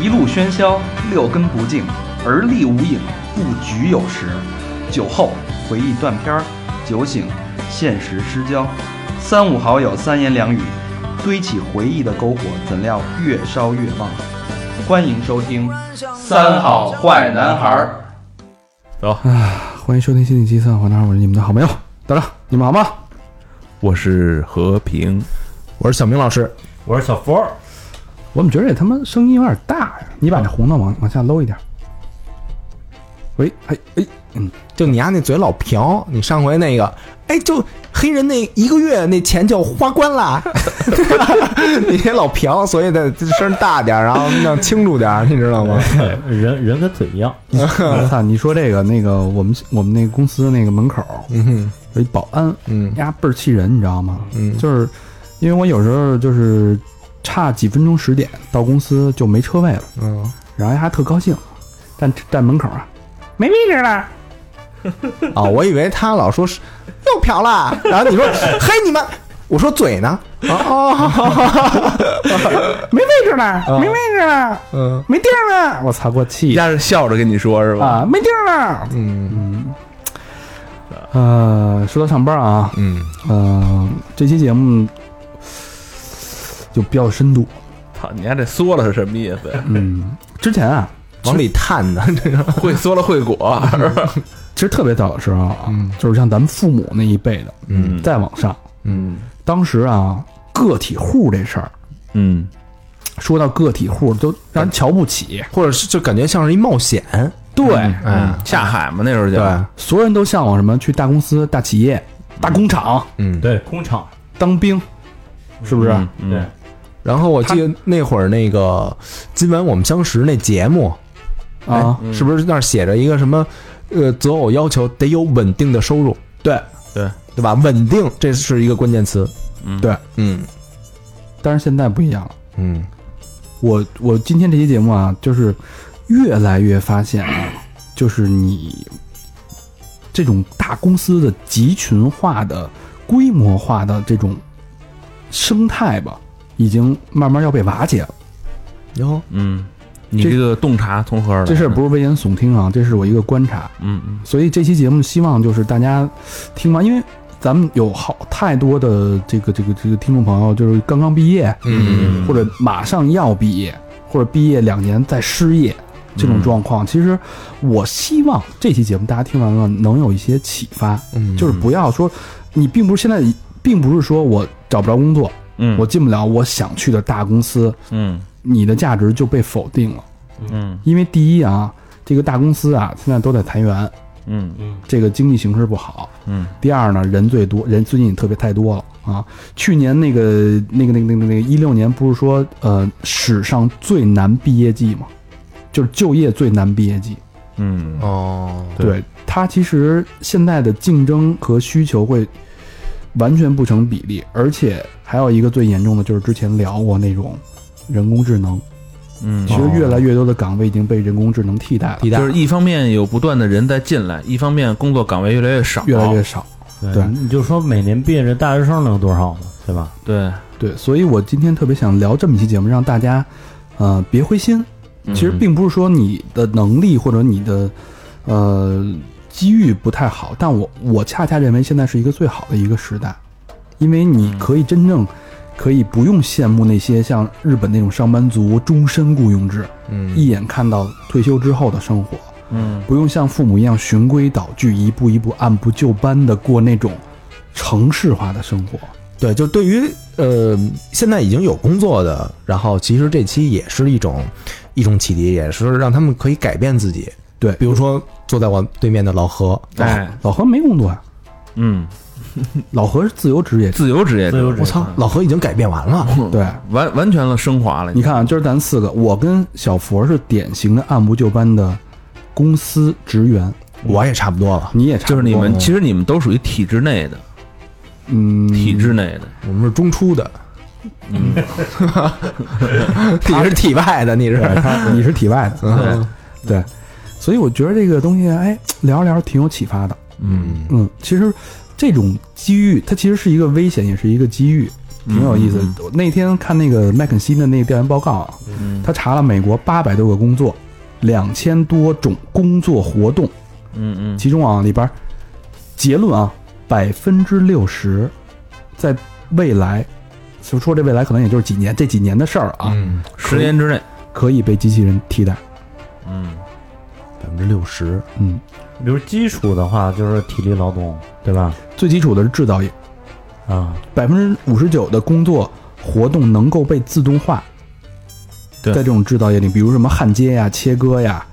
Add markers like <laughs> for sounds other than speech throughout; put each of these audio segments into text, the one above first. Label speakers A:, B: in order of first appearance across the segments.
A: 一路喧嚣，六根不净，而立无影，不局有时。酒后回忆断片儿，酒醒现实失焦。三五好友三言两语，堆起回忆的篝火，怎料越烧越旺。欢迎收听《三好坏男孩》。
B: 欢迎收听新一期《三好男孩》，我是你们的好朋友大张，你们好吗？
C: 我是和平，
B: 我是小明老师。
D: 我是小佛，
B: 我们觉得这他妈声音有点大呀，你把那红的往往下搂一点。喂，
E: <laughs>
B: 哎哎，
E: 就你丫、那嘴老瓢，你上回那个，哎，就黑人那一个月那钱就花光 <laughs> 啦， <laughs> 你也老瓢，所以得声大点儿，然后弄清楚点儿，你知道 <laughs> 吗？
D: <laughs> 人人跟嘴一样，
B: 我操！你说这个那个，我们我们那个公司那个门口
E: 嗯哼，
B: 有一保安，
E: 嗯
B: 呀倍儿气人，你知道吗？
E: 嗯
B: 就是因为我有时候就是差几分钟十点到公司就没车位了，
E: 嗯
B: 然后还特高兴，站站门口啊，没位置了。
E: 啊，我以为他老说是又瓢啦，然后你说嘿你们，我说嘴呢，啊哦，
B: 没位置了，没位置了，
E: 啊嗯
B: 没地儿了，我操，给我气
C: 一
B: 的
C: 下是笑着跟你说是吧？
B: 啊，没地儿了。
E: 嗯
B: 呃，说到上班啊，
E: 嗯，
B: 呃，这期节目就比较有深度。
C: 操，你看这缩了是什么意思呀？
B: 嗯，之前啊，
E: 往里探 <laughs> 的，这个
C: 会 <laughs> 缩了会果，
B: 其实特别早的时候啊，
E: 嗯
B: 就是像咱们父母那一辈的，
C: 嗯
B: 再往上，
C: 嗯
B: 当时啊，个体户这事儿，
C: 嗯，
B: 说到个体户都让人瞧不起，
E: 或者是就感觉像是一冒险，
B: 对，
E: 哎，
C: 下海嘛那时候
E: 对
C: 叫，，
B: 所有人都向往什么去大公司、大企业、大工厂
E: 嗯。
D: 对，工厂，
B: 当兵，是不是？
C: 嗯
D: 对，
E: 然后我记得那会儿那个今晚我们相识那节目，
B: 啊，
E: 哎是不是那儿写着一个什么？呃，择偶要求得有稳定的收入，
B: 对
C: 对
E: 对吧？稳定，这是一个关键词。
C: 嗯
B: 对，
E: 嗯
B: 但是现在不一样了。
E: 嗯
B: 我我今天这期节目啊，就是越来越发现啊，就是你这种大公司的集群化的、规模化的这种生态吧，已经慢慢要被瓦解了。
E: 哟，
C: 嗯，你
B: 这
C: 这个洞察从何而来？
B: 这事儿不是危言耸听啊，这是我一个观察。
C: 嗯嗯
B: 所以这期节目希望就是大家听完，因为咱们有好太多的这个这个这个听众朋友，就是刚刚毕业，
E: 嗯
B: 或者马上要毕业，或者毕业两年再失业这
E: 嗯
B: 种状况。其实我希望这期节目大家听完了能有一些启发，
E: 嗯
B: 就是不要说你并不是现在，并不是说我找不着工作，
C: 嗯，
B: 我进不了我想去的大公司，
C: 嗯
B: 你的价值就被否定了。
C: 嗯
B: 因为第一啊，这个大公司啊现在都在裁员，
C: 嗯
B: 这个经济形势不好。
C: 嗯
B: 第二呢，人最多，人最近也特别太多了啊。去年那个那个那个那个那个一六年不是说呃史上最难毕业季嘛，就是就业最难毕业季。
C: 嗯，
E: 哦，
C: 对
B: 它其实现在的竞争和需求会完全不成比例，而且还有一个最严重的就是之前聊过那种人工智能，
C: 嗯
B: 其实越来越多的岗位已经被人工智能替代了，
E: 地带
C: 就是一方面有不断的人在进来，一方面工作岗位越来越少，
B: 越来越少。对
D: 你就说每年毕业这大学生能有多少呢？对吧？
C: 对，
B: 对，所以我今天特别想聊这么一期节目，让大家呃别灰心，
C: 嗯
B: 其实并不是说你的能力或者你的呃机遇不太好，但我我恰恰认为现在是一个最好的一个时代，因为
C: 嗯
B: 你可以真正可以不用羡慕那些像日本那种上班族终身雇佣制，
E: 嗯
B: 一眼看到退休之后的生活，
C: 嗯
B: 不用像父母一样循规蹈矩，一步一步按部就班的过那种城市化的生活。
E: 对，就对于呃现在已经有工作的，然后其实这期也是一种一种启迪，也是让他们可以改变自己。
B: 对
E: 比如说坐在我对面的老何，
C: 哎
B: 老何没工作啊呀、
C: 嗯，
B: 老何是自由职业者，
C: 自由职业
D: 自
C: 者，
D: 由职
E: 我
D: 业
E: 操，老何已经改变完了。
C: 嗯
B: 对。
C: 完完全了升华了，
B: 你看啊，就是咱四个，我跟小佛是典型的按部就班的公司职员，
E: 我也差不多了，
B: 你也差不
C: 就
B: 多
C: 是你们，其实你们都属于体制内的，
B: 嗯，
C: 体制内的，
E: 我们是中出的， <laughs> 你是体外的，你是
B: 对，他你是体外的，
E: 嗯
B: 对，所以我觉得这个东西，哎，聊聊挺有启发的。
C: 嗯
B: 嗯，其实这种机遇，它其实是一个危险，也是一个机遇。挺有意思的。我那天看那个麦肯锡的那个调研报告，啊
C: 嗯
B: 他查了美国八百多个工作，两千多种工作活动，
C: 嗯嗯，
B: 其中啊里边儿结论啊，百分之六十在未来，就说这未来可能也就是几年，这几年的事儿啊，
E: 嗯，
C: 十年之内，
B: 可以被机器人替代。
C: 嗯，
E: 百分之六十，
B: 嗯，
D: 比如基础的话就是体力劳动，对吧？
B: 最基础的是制造业，
D: 啊，
B: 百分之五十九的工作活动能够被自动化。
C: 对
B: 在这种制造业里，比如什么焊接呀、切割呀、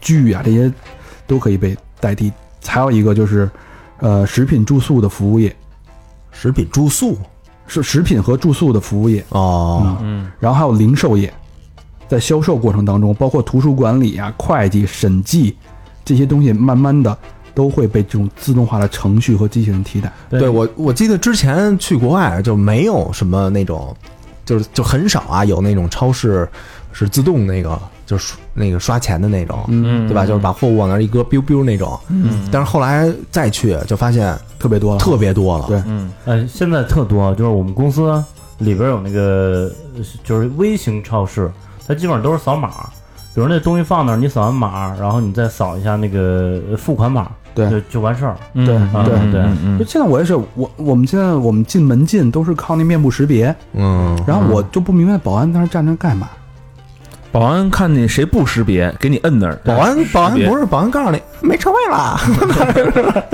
B: 锯呀这些，都可以被代替。还有一个就是，呃，食品住宿的服务业，
E: 食品住宿
B: 是食品和住宿的服务业，
E: 哦，
C: 嗯
B: 然后还有零售业，在销售过程当中，包括图书管理啊、会计、审计这些东西，慢慢的都会被这种自动化的程序和机器人替代。
E: 对我我记得之前去国外就没有什么那种，就是就很少啊，有那种超市是自动那个就是那个刷钱的那种，
C: 嗯，
E: 对吧？就是把货物往那儿一搁，biu biu 那种。
C: 嗯，
E: 但是后来再去就发现
B: 特别多了，
E: 特别多了，
B: 对
C: 嗯
D: 呃，现在特多，就是我们公司里边有那个呃就是微型超市，它基本上都是扫码，比如那东西放那儿，你扫完码，然后你再扫一下那个呃付款码，
B: 对
D: 就就完事儿。
C: 嗯
B: 对
C: 嗯
B: 对
C: 嗯
D: 对
C: 嗯
B: 就
C: 嗯
B: 现在我也是，我我们现在我们进门禁都是靠那面部识别，
E: 嗯，
B: 然后我就不明白保安当时站那儿干嘛。
C: 保安看见谁不识别，给你摁那儿。
E: 保安保安
C: 识别
E: 不是保安告诉你没车位了，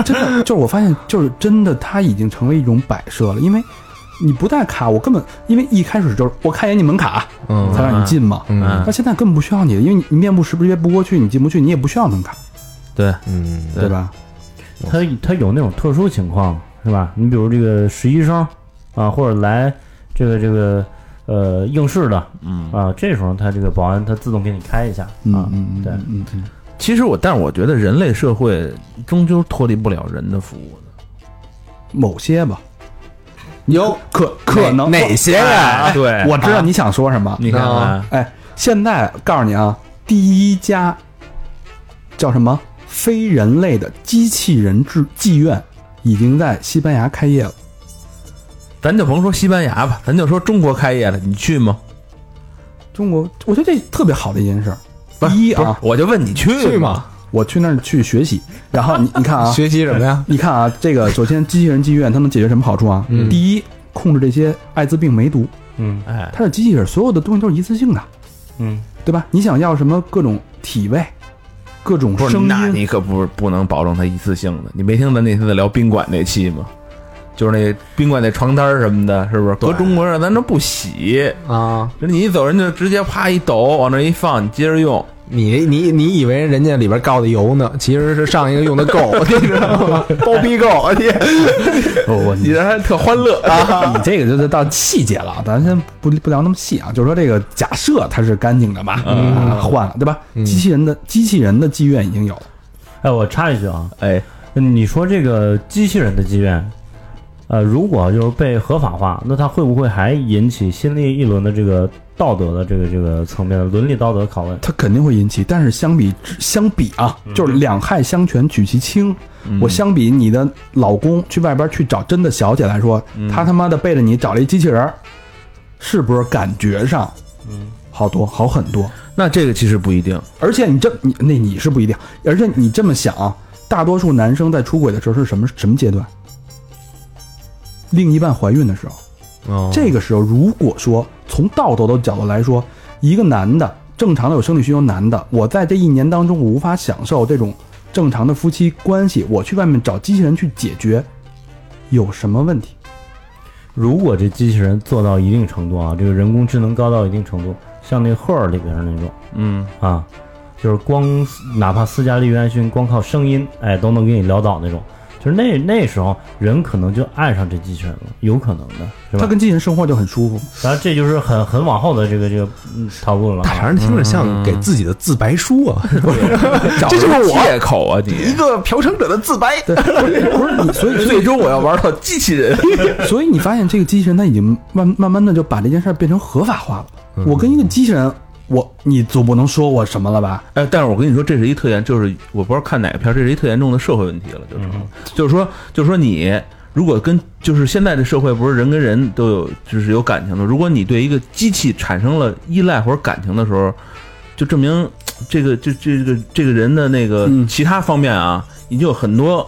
B: 真的就是我发现，就是真的，它已经成为一种摆设了，因为你不带卡，我根本因为一开始就是我看一眼你门卡
E: 嗯
B: 才让你进嘛，
E: 嗯
B: 那现在根本不需要你，因为你你面部识别不过去，你进不去，你也不需要门卡，
C: 对，
E: 嗯
C: 对
B: 对吧？
D: 它它有那种特殊情况是吧？你比如这个实习生啊，或者来这个这个呃应试的
C: 嗯，
D: 啊，这时候它这个保安它自动给你开一下啊
B: 嗯，嗯
D: 对
B: 嗯嗯嗯，
C: 其实我，但是我觉得人类社会终究脱离不了人的服务的。
B: 某些吧，
E: 有
B: 可可能
E: 哪哪些啊呀？
C: 对
B: 我知道你想说什么，
C: 你看啊看，
B: 哎，现在告诉你啊，第一家叫什么非人类的机器人制妓院已经在西班牙开业了。
C: 咱就甭说西班牙吧，咱就说中国开业了，你去吗？
B: 中国，我觉得这特别好的一件事儿。第一啊，
C: 我就问你去
E: 去
C: 吗？
E: 吗？
B: 我去那儿去学 <laughs> 习，然后你你看啊，
E: 学习什么呀？
B: 你看啊，这个首先机器人妓院它能解决什么好处啊？
E: 嗯
B: 第一，控制这些艾滋病梅毒，
D: 嗯
C: 哎，
B: 它是机器人，所有的东西都是一次性的，
D: 嗯，
B: 对吧？你想要什么各种体位，各种
C: 不是，
B: 声
C: 那
B: 音，
C: 你可不不能保证它一次性的。你没听咱那天在聊宾馆那期吗？就是那宾馆那床单儿什么的，是不是？
E: 对
C: 搁中国人咱这不洗，
E: 啊，
C: 人你一走人就直接啪一抖，往那一放，你接着用。
E: 你你你以为人家里边告的油呢？其实是上一个用的够，你知道吗？包皮够，你
B: 我我
C: 你这还特欢乐啊！
B: 你这个就是到细节了，咱先不不聊那么细啊，就是说这个假设它是干净的吧，
E: 嗯
B: 啊换了对吧？机器人的机器人的妓院已经有了，
D: 哎，我插一句啊，
C: 哎，
D: 你说这个机器人的妓院，呃，如果就是被合法化，那它会不会还引起新的一轮的这个道德的这个这个层面的伦理道德拷问？
B: 它肯定会引起，但是相比相比啊，就是两害相权取其轻。我相比你的老公去外边去找真的小姐来说，他他妈的背着你找了一机器人儿，是不是感觉上，好多好很多？
C: 那这个其实不一 <laughs> 定。
B: 而且你这你那你是不一定，而且你这么想啊，大多数男生在出轨的时候是什么什么阶段？另一半怀孕的时候，这个时候如果说从道德的角度来说，一个男的正常的有生理需求，男的我在这一年当中我无法享受这种正常的夫妻关系，我去外面找机器人去解决，有什么问题？
D: 如果这机器人做到一定程度啊，这个人工智能高到一定程度，像那赫尔里边那种
C: 嗯，
D: 啊，就是光哪怕斯嘉丽约翰逊光靠声音，哎，都能给你撩倒那种。就是那那时候人可能就爱上这机器人了，有可能的，是
B: 他
D: 吧？
B: 跟机器人生活就很舒服。
D: 当然这就是很很往后的这个这个嗯讨论了啊。
E: 大肠听着像给自己的自白书啊， <laughs>
C: 找
E: 这就是
C: 着
E: 我
C: 借口啊！
E: 一
C: 你
E: 个嫖娼者的自白。
B: 对，不
C: <laughs>
B: 是不是你，所以所以
C: 最终我要玩到机器人。 <laughs>
B: 所以你发现这个机器人它已经慢慢慢的就把这件事儿变成合法化了。
C: 嗯
B: 我跟一个机器人，我你总不能说我什么了吧？
C: 哎，但是我跟你说，这是嗯一特严，就是我不知道看哪个片儿，这是一特严重的社会问题了，就是、就是说，就是说你如果跟就是现在的社会不是人跟人都有就是有感情的，如果你对一个机器产生了依赖或者感情的时候，就证明这个就这个这个人的那个
B: 嗯
C: 其他方面啊，已经有很多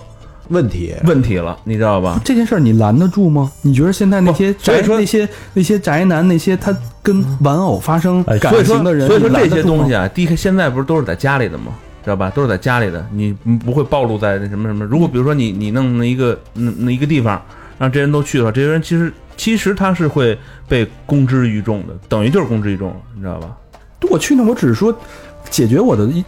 E: 问 <laughs> 题
C: 问题了，你知道吧？
B: 这件事儿你拦得住吗？你觉得现在那些
C: 所以
B: 宅
C: 说
B: 那些那些宅男那些他跟玩偶发生
D: 哎
B: 感
C: 所以说
B: 情的人，
C: 所以说
B: 你拦
C: 这
B: 得
C: 些
B: 住吗
C: 东西啊，第一个现在不是都是在家里的吗？知道吧？都是在家里的，你不会暴露在那什么什么。如果比如说你你弄了一个那那一个地方，让这些人都去的话，这些人其实其实他是会被公之于众的，等于就是公之于众了，你知道吧？
B: 我去那，我只是说解决我的一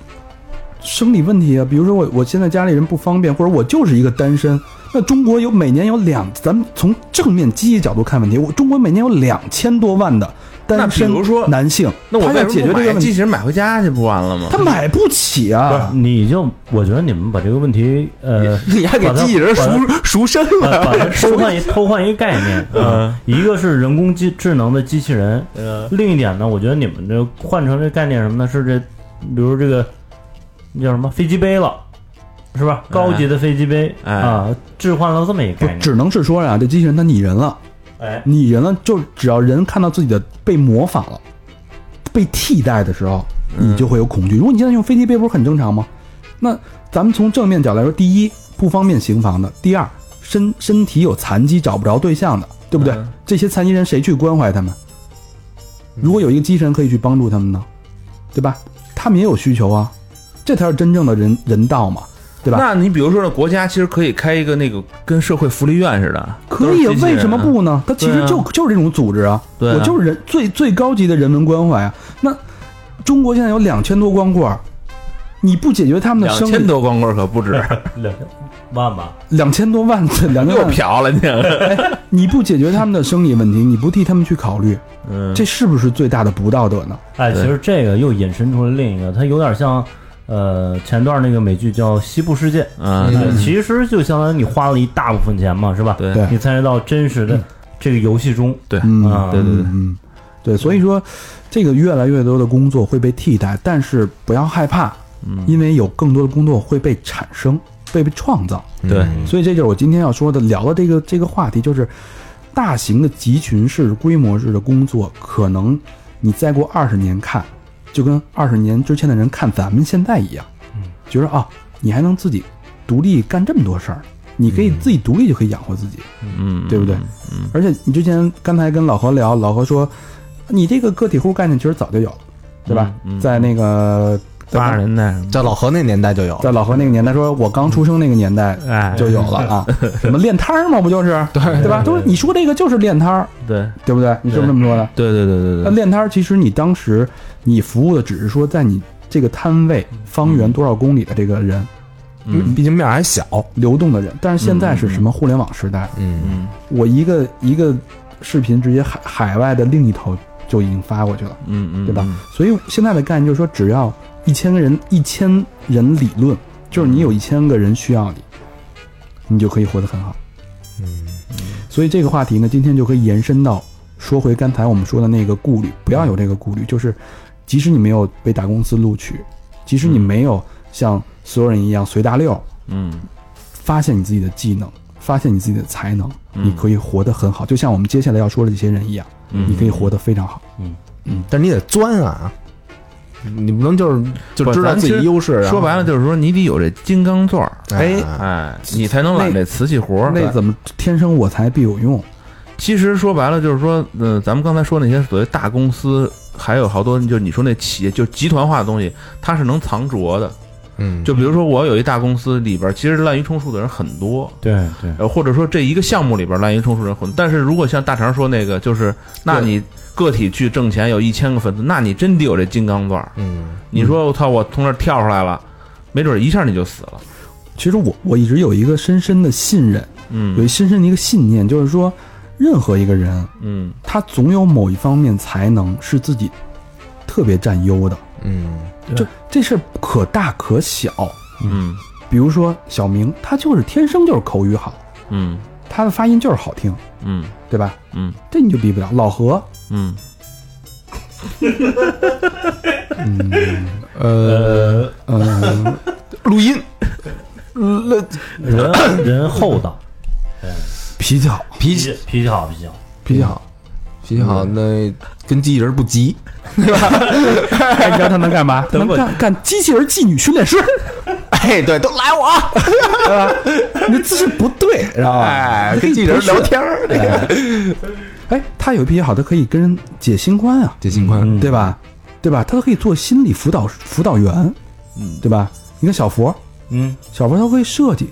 B: 生理问题啊，比如说我我现在家里人不方便，或者我就是一个单身。那中国有每年有两，咱们从正面积极角度看问题，我中国每年有两千多万的单身
C: 那比如说
B: 男性，
C: 那我
B: 他
C: 为什
B: 要解决
C: 么不
B: 这个
C: 买
B: 问
C: 机
B: 题，
C: 器人买回家去不完了吗
B: 他？买不起
D: 不是
B: 啊，。
D: 你就我觉得你们把这个问题呃，
E: 你还给机器人赎赎身
C: <laughs>
D: 把
E: 了，
D: 把它偷换一偷换一概念，啊
C: 嗯，
D: 一个是人工机智能的机器人，
C: 呃，
D: 另一点呢，我觉得你们这换成这概念什么呢？是这，比如这个那叫什么飞机杯了，是吧？高级的飞机杯、
C: 嗯哎
D: 啊，置换了这么一个
B: 不
D: 概念，
B: 只能是说啊，这机器人它拟人了，
D: 哎，
B: 拟人了，就只要人看到自己的被模仿了、被替代的时候，你就会有恐惧。如果你现在用飞机杯，不是很正常吗？那咱们从正面角来说，第一不方便行房的，第二身身体有残疾找不着对象的，对不对？
C: 嗯
B: 这些残疾人谁去关怀他们？如果有一个机器人可以去帮助他们呢，对吧？他们也有需求啊，这才是真正的人人道嘛，对吧？
C: 那你比如说呢，国家其实可以开一个那个跟社会福利院似的，
B: 可以，
C: 都
B: 啊
C: 是机，器人
B: 为什么？不呢？它其
C: 对
B: 实
C: 啊
B: 就、就是这种组织啊，
C: 对啊
B: 我就是人最最高级的人文关怀啊。那中国现在有两千多光棍儿，你不解决他们的
C: 两
B: 生
C: 千
B: 理，
C: 多光棍可不止，
B: <laughs>
D: 两万吧，
B: 两千多万，两千
C: 又
B: 万，
C: 嫖
B: <laughs>
C: 了你。
B: 你不解决他们的生理问题，你不替他们去考虑，
C: 嗯，
B: 这是不是最大的不道德呢？
D: 哎，其
C: 对
D: 实这个又引申出了另一个，它有点像，呃，前段那个美剧叫《西部世界》，
C: 嗯，
D: 对其实就相当于你花了一大部分钱嘛，是吧？
C: 对
B: 对
D: 你参与到真实的这个游戏中，
C: 对，
B: 嗯，
D: 啊
C: 对对对
B: 嗯，对，所以说这个越来越多的工作会被替代，但是不要害怕，
C: 嗯
B: 因为有更多的工作会被产生、被被创造。
C: 对，
B: 所以这就是我今天要说的，聊的这个这个话题，就是大型的集群式、规模式的工作，可能你再过二十年看，就跟二十年之前的人看咱们现在一样，觉得啊，你还能自己独立干这么多事儿，你可以自己独立就可以养活自己，
C: 嗯，
B: 对不对？而且你之前刚才跟老何聊，老何说，你这个个体户概念其实早就有了，对吧？
C: 嗯嗯
B: 在那个
C: 八十年代什么
E: 在老何那年代就有了，
B: 在老何那个年代，说我刚出生那个年代，
C: 哎
B: 就有了啊。什么练摊儿嘛，不就是对对吧？都是你说这个就是练摊儿，
C: 对
B: 对不对？你是不是这么说的？
C: 对对对
B: 那
C: 对对，
B: 练摊儿其实你当时你服务的只是说在你这个摊位方圆多少公里的这个人
C: 嗯
E: 毕竟面儿还小，
B: 流动的人，但是现在是什么互联网时代？
E: 嗯，
C: 嗯
B: 我一个一个视频直接海海外的另一头就已经发过去了，
C: 嗯嗯，
B: 对吧？所以现在的概念就是说，只要一千个人，一千人理论，就是你有一千个人需要你，你就可以活得很好。嗯，所以这个话题呢，今天就可以延伸到说回刚才我们说的那个顾虑，不要有这个顾虑，就是即使你没有被大公司录取，即使你没有像所有人一样随大溜，
C: 嗯
B: 发现你自己的技能，发现你自己的才能，
C: 嗯
B: 你可以活得很好，就像我们接下来要说的这些人一样，
C: 嗯，
B: 你可以活得非常好。
E: 但是你得钻啊，你不能就是就
C: 不
E: 知道
C: 咱
E: 自己
C: 其实
E: 优势，然后
C: 说白了就是说你得有这金刚钻儿，
E: 哎
C: 哎，你才能揽这瓷器活儿。
B: 那怎么天生我材必有用？
C: 其实说白了就是说，嗯，咱们刚才说那些所谓大公司，还有好多就是你说那企业就集团化的东西，它是能藏拙的。
E: 嗯，
C: 就比如说我有一大公司里边，其实滥竽充数的人很多，
D: 对对，
C: 呃，或者说这一个项目里边滥竽充数人混，但是如果像大肠说那个，就是那
E: 对
C: 你个体去挣钱有一千个粉丝，那你真得有这金刚钻儿。
E: 嗯，
C: 你说我操，我从这儿跳出来了，没准儿一下你就死了。
B: 其实我我一直有一个深深的信任，有
C: 嗯
B: 一深深的一个信念，就是说，任何一个人
C: 嗯
B: 他总有某一方面才能是自己特别占优的，
E: 嗯，
B: 这这事儿可大可小。
C: 嗯
B: 比如说小明，他就是天生就是口语好，
C: 嗯
B: 他的发音就是好听，
C: 嗯
B: 对吧？
C: 嗯
B: 这你就比不了。老何，
C: 嗯，
E: 呃，
B: 嗯，
E: 录音，
D: <coughs> 人人厚道，
B: 脾气好，
E: 脾
D: 脾
E: 气
D: 气脾气好，脾气好。
B: 脾气好。
E: 脾气好，那跟机器人不急，
B: 哎你知道他能干嘛？能干干机器人妓女训练师， <laughs>
E: 哎，对，都来我，
B: 你这姿势不对，知道吧？
E: <laughs> 哎，跟机器人聊天儿，
B: 哎，他有一脾气好，他可以跟人解心宽啊，
E: 解心宽，
B: 对吧？对吧？他都可以做心理辅导辅导员，嗯，对吧？你看小佛，
D: 嗯，
B: 小佛他会设计，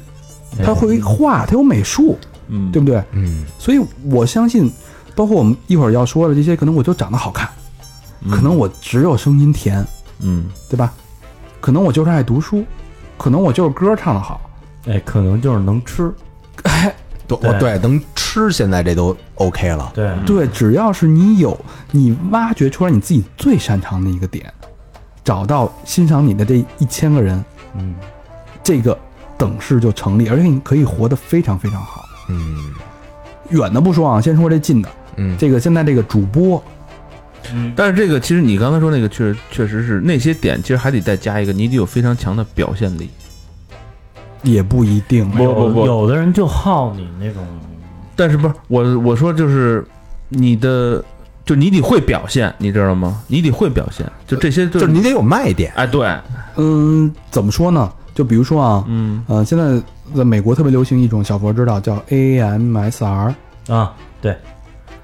B: 他会画，他有美术，
C: 嗯，
B: 对不对？
E: 嗯，
B: 所以我相信，包括我们一会儿要说的这些，可能我就长得好看，可能我只有声音甜，
C: 嗯，
B: 对吧？可能我就是爱读书，可能我就是歌唱得好，
D: 哎，可能就是能吃。
E: 对，
D: 对
E: 我对能吃，现在这都 OK 了，
D: 对，
B: 对，只要是你有，你挖掘出来你自己最擅长的一个点，找到欣赏你的这一千个人，
D: 嗯，
B: 这个等式就成立，而且你可以活得非常非常好。
E: 嗯
B: 远的不说啊，先说这近的，
E: 嗯，
B: 这个现在这个主播，
C: 但是这个其实你刚才说那个确确实是那些点，其实还得再加一个，你得有非常强的表现力。
B: 也不一定，
C: 不不不
D: 有有的人就好你那种，
C: 但是不是我我说就是你的，就你得会表现，你知道吗？你得会表现，就这些就
E: 就是你得有卖点，
C: 哎对，
B: 嗯，怎么说呢？就比如说啊，
C: 嗯
B: 呃，现在在美国特别流行一种小佛知道叫 AMSR，
D: 啊，对，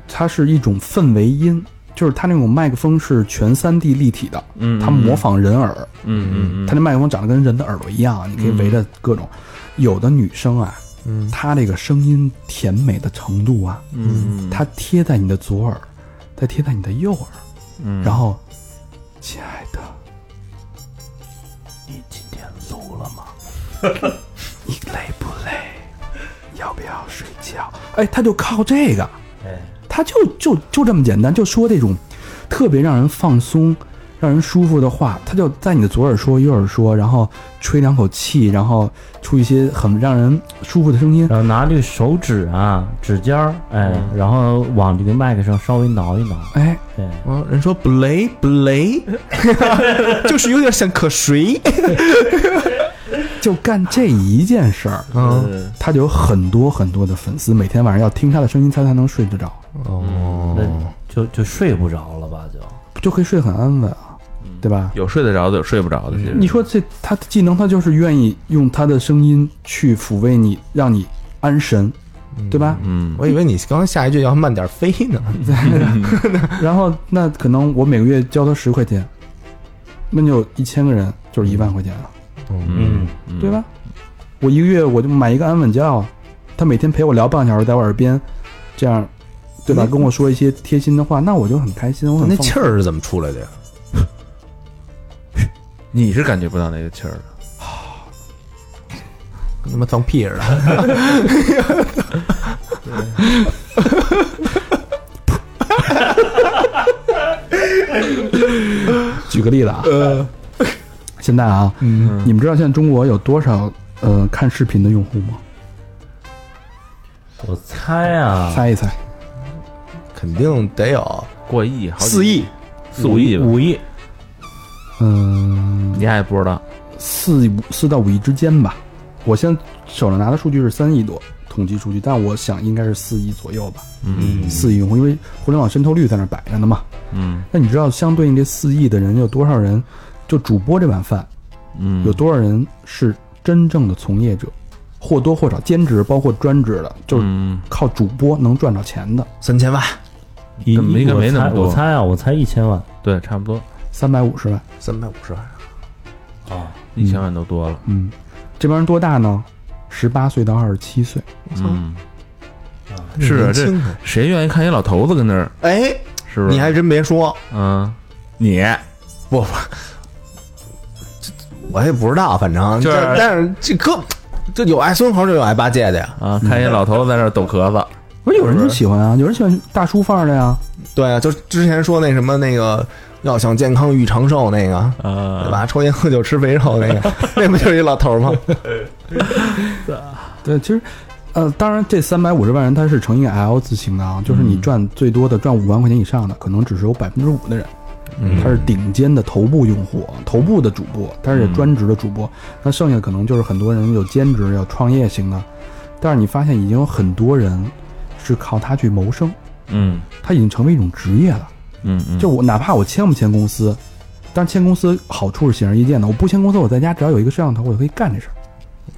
B: 它是一种氛围音，就是它那种麦克风是全三 D 立体的，
C: 嗯，
B: 它模仿人耳。
C: 嗯嗯嗯，
B: 他那麦克风长得跟人的耳朵一样，你可以围着各种。有的女生啊，
E: 嗯
B: 她这个声音甜美的程度啊，
C: 嗯嗯
B: 她贴在你的左耳，再贴在你的右耳，
C: 嗯
B: 然后，亲爱的，
D: 你今天录了吗？ <laughs>
B: 你累不累？要不要睡觉？哎，她就靠这个，
D: 哎，
B: 她就就就这么简单，就说这种特别让人放松。让人舒服的话，她就在你的左耳说，右耳说，然后吹两口气，然后出一些很让人舒服的声音。
D: 然后拿这个手指啊，指尖儿，哎，然后往这个麦克上稍微挠一挠，
B: 哎，
D: 哎，
E: 啊，人说不雷不雷， <laughs> 就是有点像可谁，
B: 就干这一件事儿，
E: 嗯，
B: 他就有很多很多的粉丝，每天晚上要听他的声音，他才能睡得着，
E: 哦
D: 那就就睡不着了吧？就
B: 就可以睡得很安稳啊，对吧？
C: 有睡得着的，有睡不着的。其实
B: 你说这他的技能，他就是愿意用他的声音去抚慰你，让你安神，对吧？
C: 嗯
E: 我以为你刚刚下一句要慢点飞呢，
B: 然后那可能我每个月交他十块钱，那就一千个人就是一万块钱啊，
D: 嗯，
B: 对吧？我一个月我就买一个安稳觉啊，他每天陪我聊半个小时，在我耳边，这样，对吧？
E: 那
B: 跟我说一些贴心的话，那我就很开心，我很
E: 那
B: 放
E: 气儿是怎么出来的呀？
C: 你是感觉不到那个气儿的。
E: 跟他妈放屁似的，
B: 举个例子啊，现在啊，
E: 嗯
B: 你们知道现在中国有多少呃看视频的用户吗？
D: 我猜啊，
B: 猜一猜，
E: 肯定得有
C: 过亿，好几
E: 四亿，
C: 四五亿吧，
D: 五亿，
B: 嗯、
C: 你还不知道？
B: 四五四到五亿之间吧。我现在手上拿的数据是三亿多，统计数据，但我想应该是四亿左右吧，
D: 嗯
B: 四亿用户，因为互联网渗透率在那儿摆着呢嘛。
C: 嗯
B: 那你知道相对应这四亿的人有多少人？就主播这碗饭，
C: 嗯，
B: 有多少人是真正的从业者，或多或少兼职，包括专职的，就是
C: 嗯
B: 靠主播能赚着钱的，
E: 三千万，
D: 一
C: 根本应该没那么多
D: 我猜我猜啊，我猜一千万
C: 对，差不多
B: 三百五十万。
E: 三百五十万，
D: 啊，
C: 一千万都多了。
B: 嗯，这帮人多大呢？十八岁到二十七岁，
C: 嗯，是啊这
E: 年轻啊
C: 谁愿意看一老头子跟那儿？
E: 哎，
C: 是不是？
E: 你还真别说，
C: 嗯，啊你
E: 不不，这我也不知道，反正
C: 就是
E: 但但是这个这有爱孙猴就有爱八戒的呀，
C: 啊，看一老头子在那儿抖咳嗽，
B: 不是有人就喜欢啊，有人喜欢大叔范儿的呀。
E: 对啊，就之前说那什么那个要想健康欲长寿那个。对
C: 呃，
E: 吧？抽烟喝酒吃肥肉那个， <laughs> 那不就是一老头吗？
B: 对，其实，呃，当然这三百五十万人他是成一个 L 字形的啊，就是你赚最多的赚五万块钱以上的，可能只是有百分之五的人，他是顶尖的头部用户，头部的主播，他是专职的主播。那剩下可能就是很多人有兼职、有创业型的，但是你发现已经有很多人是靠它去谋生，
C: 嗯
B: 它已经成为一种职业了。
C: 嗯嗯，
B: 就我哪怕我签不签公司，但是签公司好处是显而易见的。我不签公司，我在家只要有一个摄像头，我就可以干这事儿，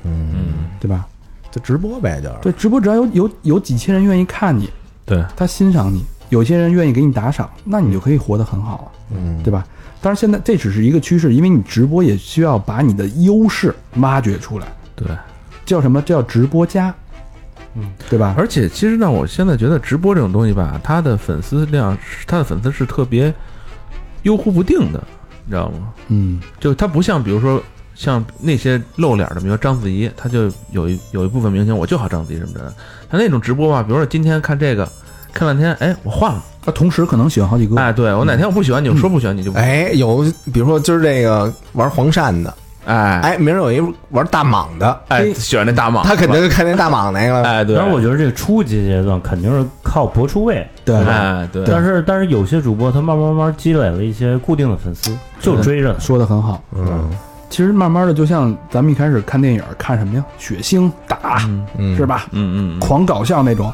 C: 嗯
B: 对吧？
E: 就直播呗，就是。
B: 对，直播只要有有有几千人愿意看你，
C: 对，
B: 他欣赏你，有些人愿意给你打赏，那你就可以活得很好了。
E: 嗯，
B: 对吧？当然，现在这只是一个趋势，因为你直播也需要把你的优势挖掘出来，
C: 对。
B: 叫什么？叫直播家，
D: 嗯，
B: 对吧？
C: 而且其实呢，我现在觉得直播这种东西吧，它的粉丝量是，它的粉丝是特别悠忽不定的，你知道吗？
B: 嗯
C: 就它不像比如说像那些露脸的，比如说章子怡，她就有一有一部分明星我就好章子怡什么的，她那种直播吧，比如说今天看这个，看半天，哎，我换了，
B: 他啊同时可能喜欢好几个，
C: 哎，对我哪天我不喜欢你，我说不喜欢你就不，
E: 哎，有比如说今儿这个玩黄鳝的，
C: 哎
E: 哎，明儿有一玩大蟒的，
C: 哎，喜欢那大蟒，
E: 他肯定就看那大蟒那个了。
C: 哎，对，
D: 但是我觉得这个初级阶段肯定是靠博出位，
B: 对
C: 哎对，
D: 但是但是有些主播他慢慢慢慢积累了一些固定的粉丝，就追着他。
B: 说的很好。
E: 嗯
B: 其实慢慢的，就像咱们一开始看电影看什么呀，血腥打、
C: 嗯
E: 嗯，
B: 是？吧？
C: 嗯嗯，嗯
B: 狂搞笑那种。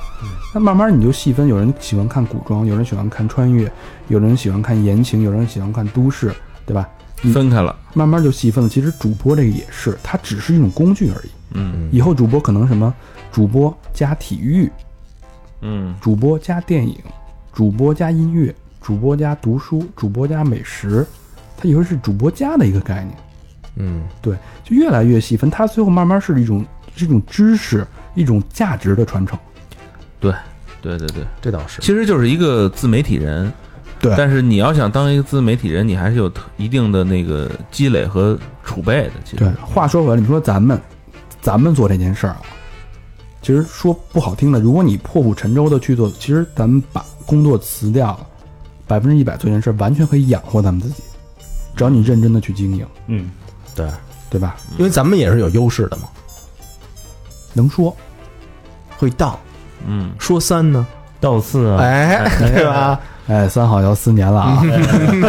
B: 那慢慢你就细分，有人喜欢看古装，有人喜欢看穿越，有人喜欢看言情，有人喜欢看都市，对吧？
C: 分开了，
B: 慢慢就细分了。其实主播这个也是，它只是一种工具而已。
C: 嗯
B: 以后主播可能什么主播加体育，
C: 嗯
B: 主播加电影，主播加音乐，主播加读书，主播加美食，它以后是主播加的一个概念，
E: 嗯
B: 对，就越来越细分，它最后慢慢是一种是一种知识，一种价值的传承。
C: 对对对，
E: 这倒是。
C: 其实就是一个自媒体人。
B: 对
C: 但是你要想当一个自媒体人，你还是有特一定的那个积累和储备的。其实，
B: 对，话说回来，你说咱们咱们做这件事儿啊，其实说不好听的，如果你破釜沉舟的去做，其实咱们把工作辞掉了，百分之一百做这件事儿，完全可以养活咱们自己，只要你认真的去经营，
D: 嗯，
E: 对，
B: 对吧？
E: 因为咱们也是有优势的嘛，
B: 能说，
E: 会道
C: 嗯，
E: 说三呢，
D: 到四啊，
E: 哎，对吧？
B: 哎，三好要四年了啊，
D: 嗯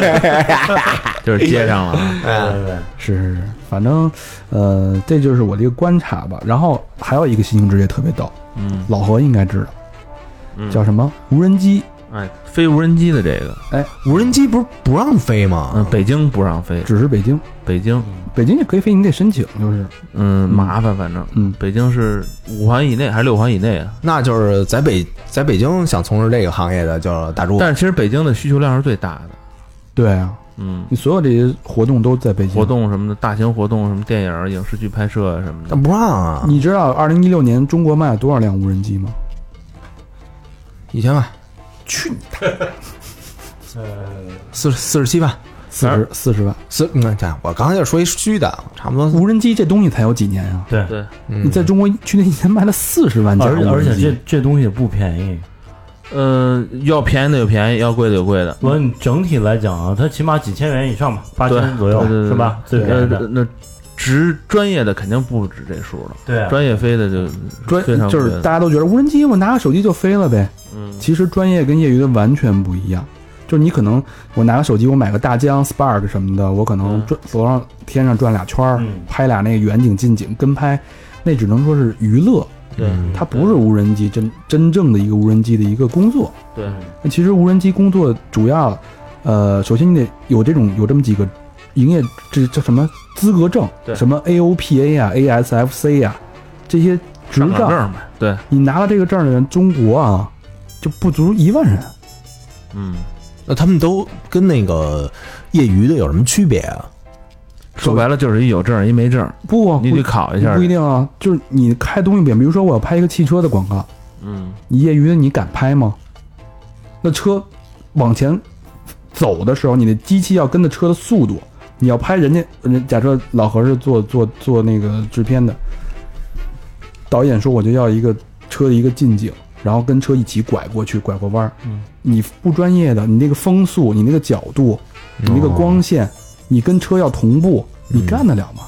C: 就是接上了啊。
D: 对对对，
B: <laughs> 是是是，反正呃，这就是我的一个观察吧。然后还有一个新兴职业特别逗，
C: 嗯，
B: 老何应该知道，
C: 嗯
B: 叫什么无人机？
C: 哎，飞无人机的这个，
E: 无人机不是不让飞
C: 嗯，
E: 吗？
C: 北京不让飞，
B: 只是北京，
C: 北京，
B: 北京也可以飞，你得申请，就是
C: 嗯，麻烦，反正，
B: 嗯，
C: 北京是五环以内还是六环以内啊？
E: 那就是在北在北京想从事这个行业的叫大猪，
C: 但是其实北京的需求量是最大的。
B: 对啊，
C: 嗯，
B: 你所有这些活动都在北京
C: 活。动什么的，大型活动什么电影、影视剧拍摄啊什么的
E: 但，不让啊，
B: 你知道二零一六年中国卖了多少辆无人机吗？
E: 一千万，
D: 呃，
E: 四四十七万，
B: 四
D: 啊
B: 十四十万
E: 四嗯，这样我刚才就说一虚的，差不多。嗯
B: 无人机这东西才有几年啊？
D: 对，
C: 对，
E: 你
B: 嗯你在中国去年一年卖了四十万架
D: 嗯而
B: 无
D: 而且
B: 人
D: 这
B: 机，
D: 这东西不便宜。
C: 呃，要便宜的有便宜，要贵的有贵的。
D: 我你整体来讲啊，它起码几千元以上吧，八千左右
C: 对对对
D: 是吧？最便宜
C: 呃
D: 的，，
C: 那值专业的肯定不止这数了，
D: 对啊，
C: 专业飞的就
B: 专
C: 非常
B: 就是
C: 贵
B: 大家都觉得无人机我拿个手机就飞了呗。
C: 嗯
B: 其实专业跟业余的完全不一样，就是你可能我拿个手机，我买个大疆 Spark 什么的，我可能
C: 嗯
B: 转走上天上转俩圈儿
D: 嗯，
B: 拍俩那个远景、近景跟拍，那只能说是娱乐，
C: 嗯对
B: 它不是无人机真真正的一个无人机的一个工作。
C: 对
B: 那其实无人机工作主要，呃，首先你得有这种有这么几个营业这叫什么资格证，
C: 对
B: 什么 AOPA 啊、ASFC 啊这些执
C: 上岗
B: 照，
C: 证呗，对，
B: 你拿了这个证的人，中国啊就不足一万人。
C: 嗯，
E: 那他们都跟那个业余的有什么区别啊？
C: 说白了就是一有证一没证，
B: 不啊，
C: 你得考一
B: 不
C: 下，
B: 不一，定啊，就是你开东西比，比如说我要拍一个汽车的广告，
C: 嗯，
B: 你业余的你敢拍吗？那车往前走的时候，你的机器要跟着车的速度，你要拍人家，人假设老何是做做做那个制片的，导演说我就要一个车的一个近景，然后跟车一起拐过去，拐过弯儿。
D: 嗯，
B: 你不专业的，你那个风速，你那个角度，你那个光线，你跟车要同步，你干得了吗？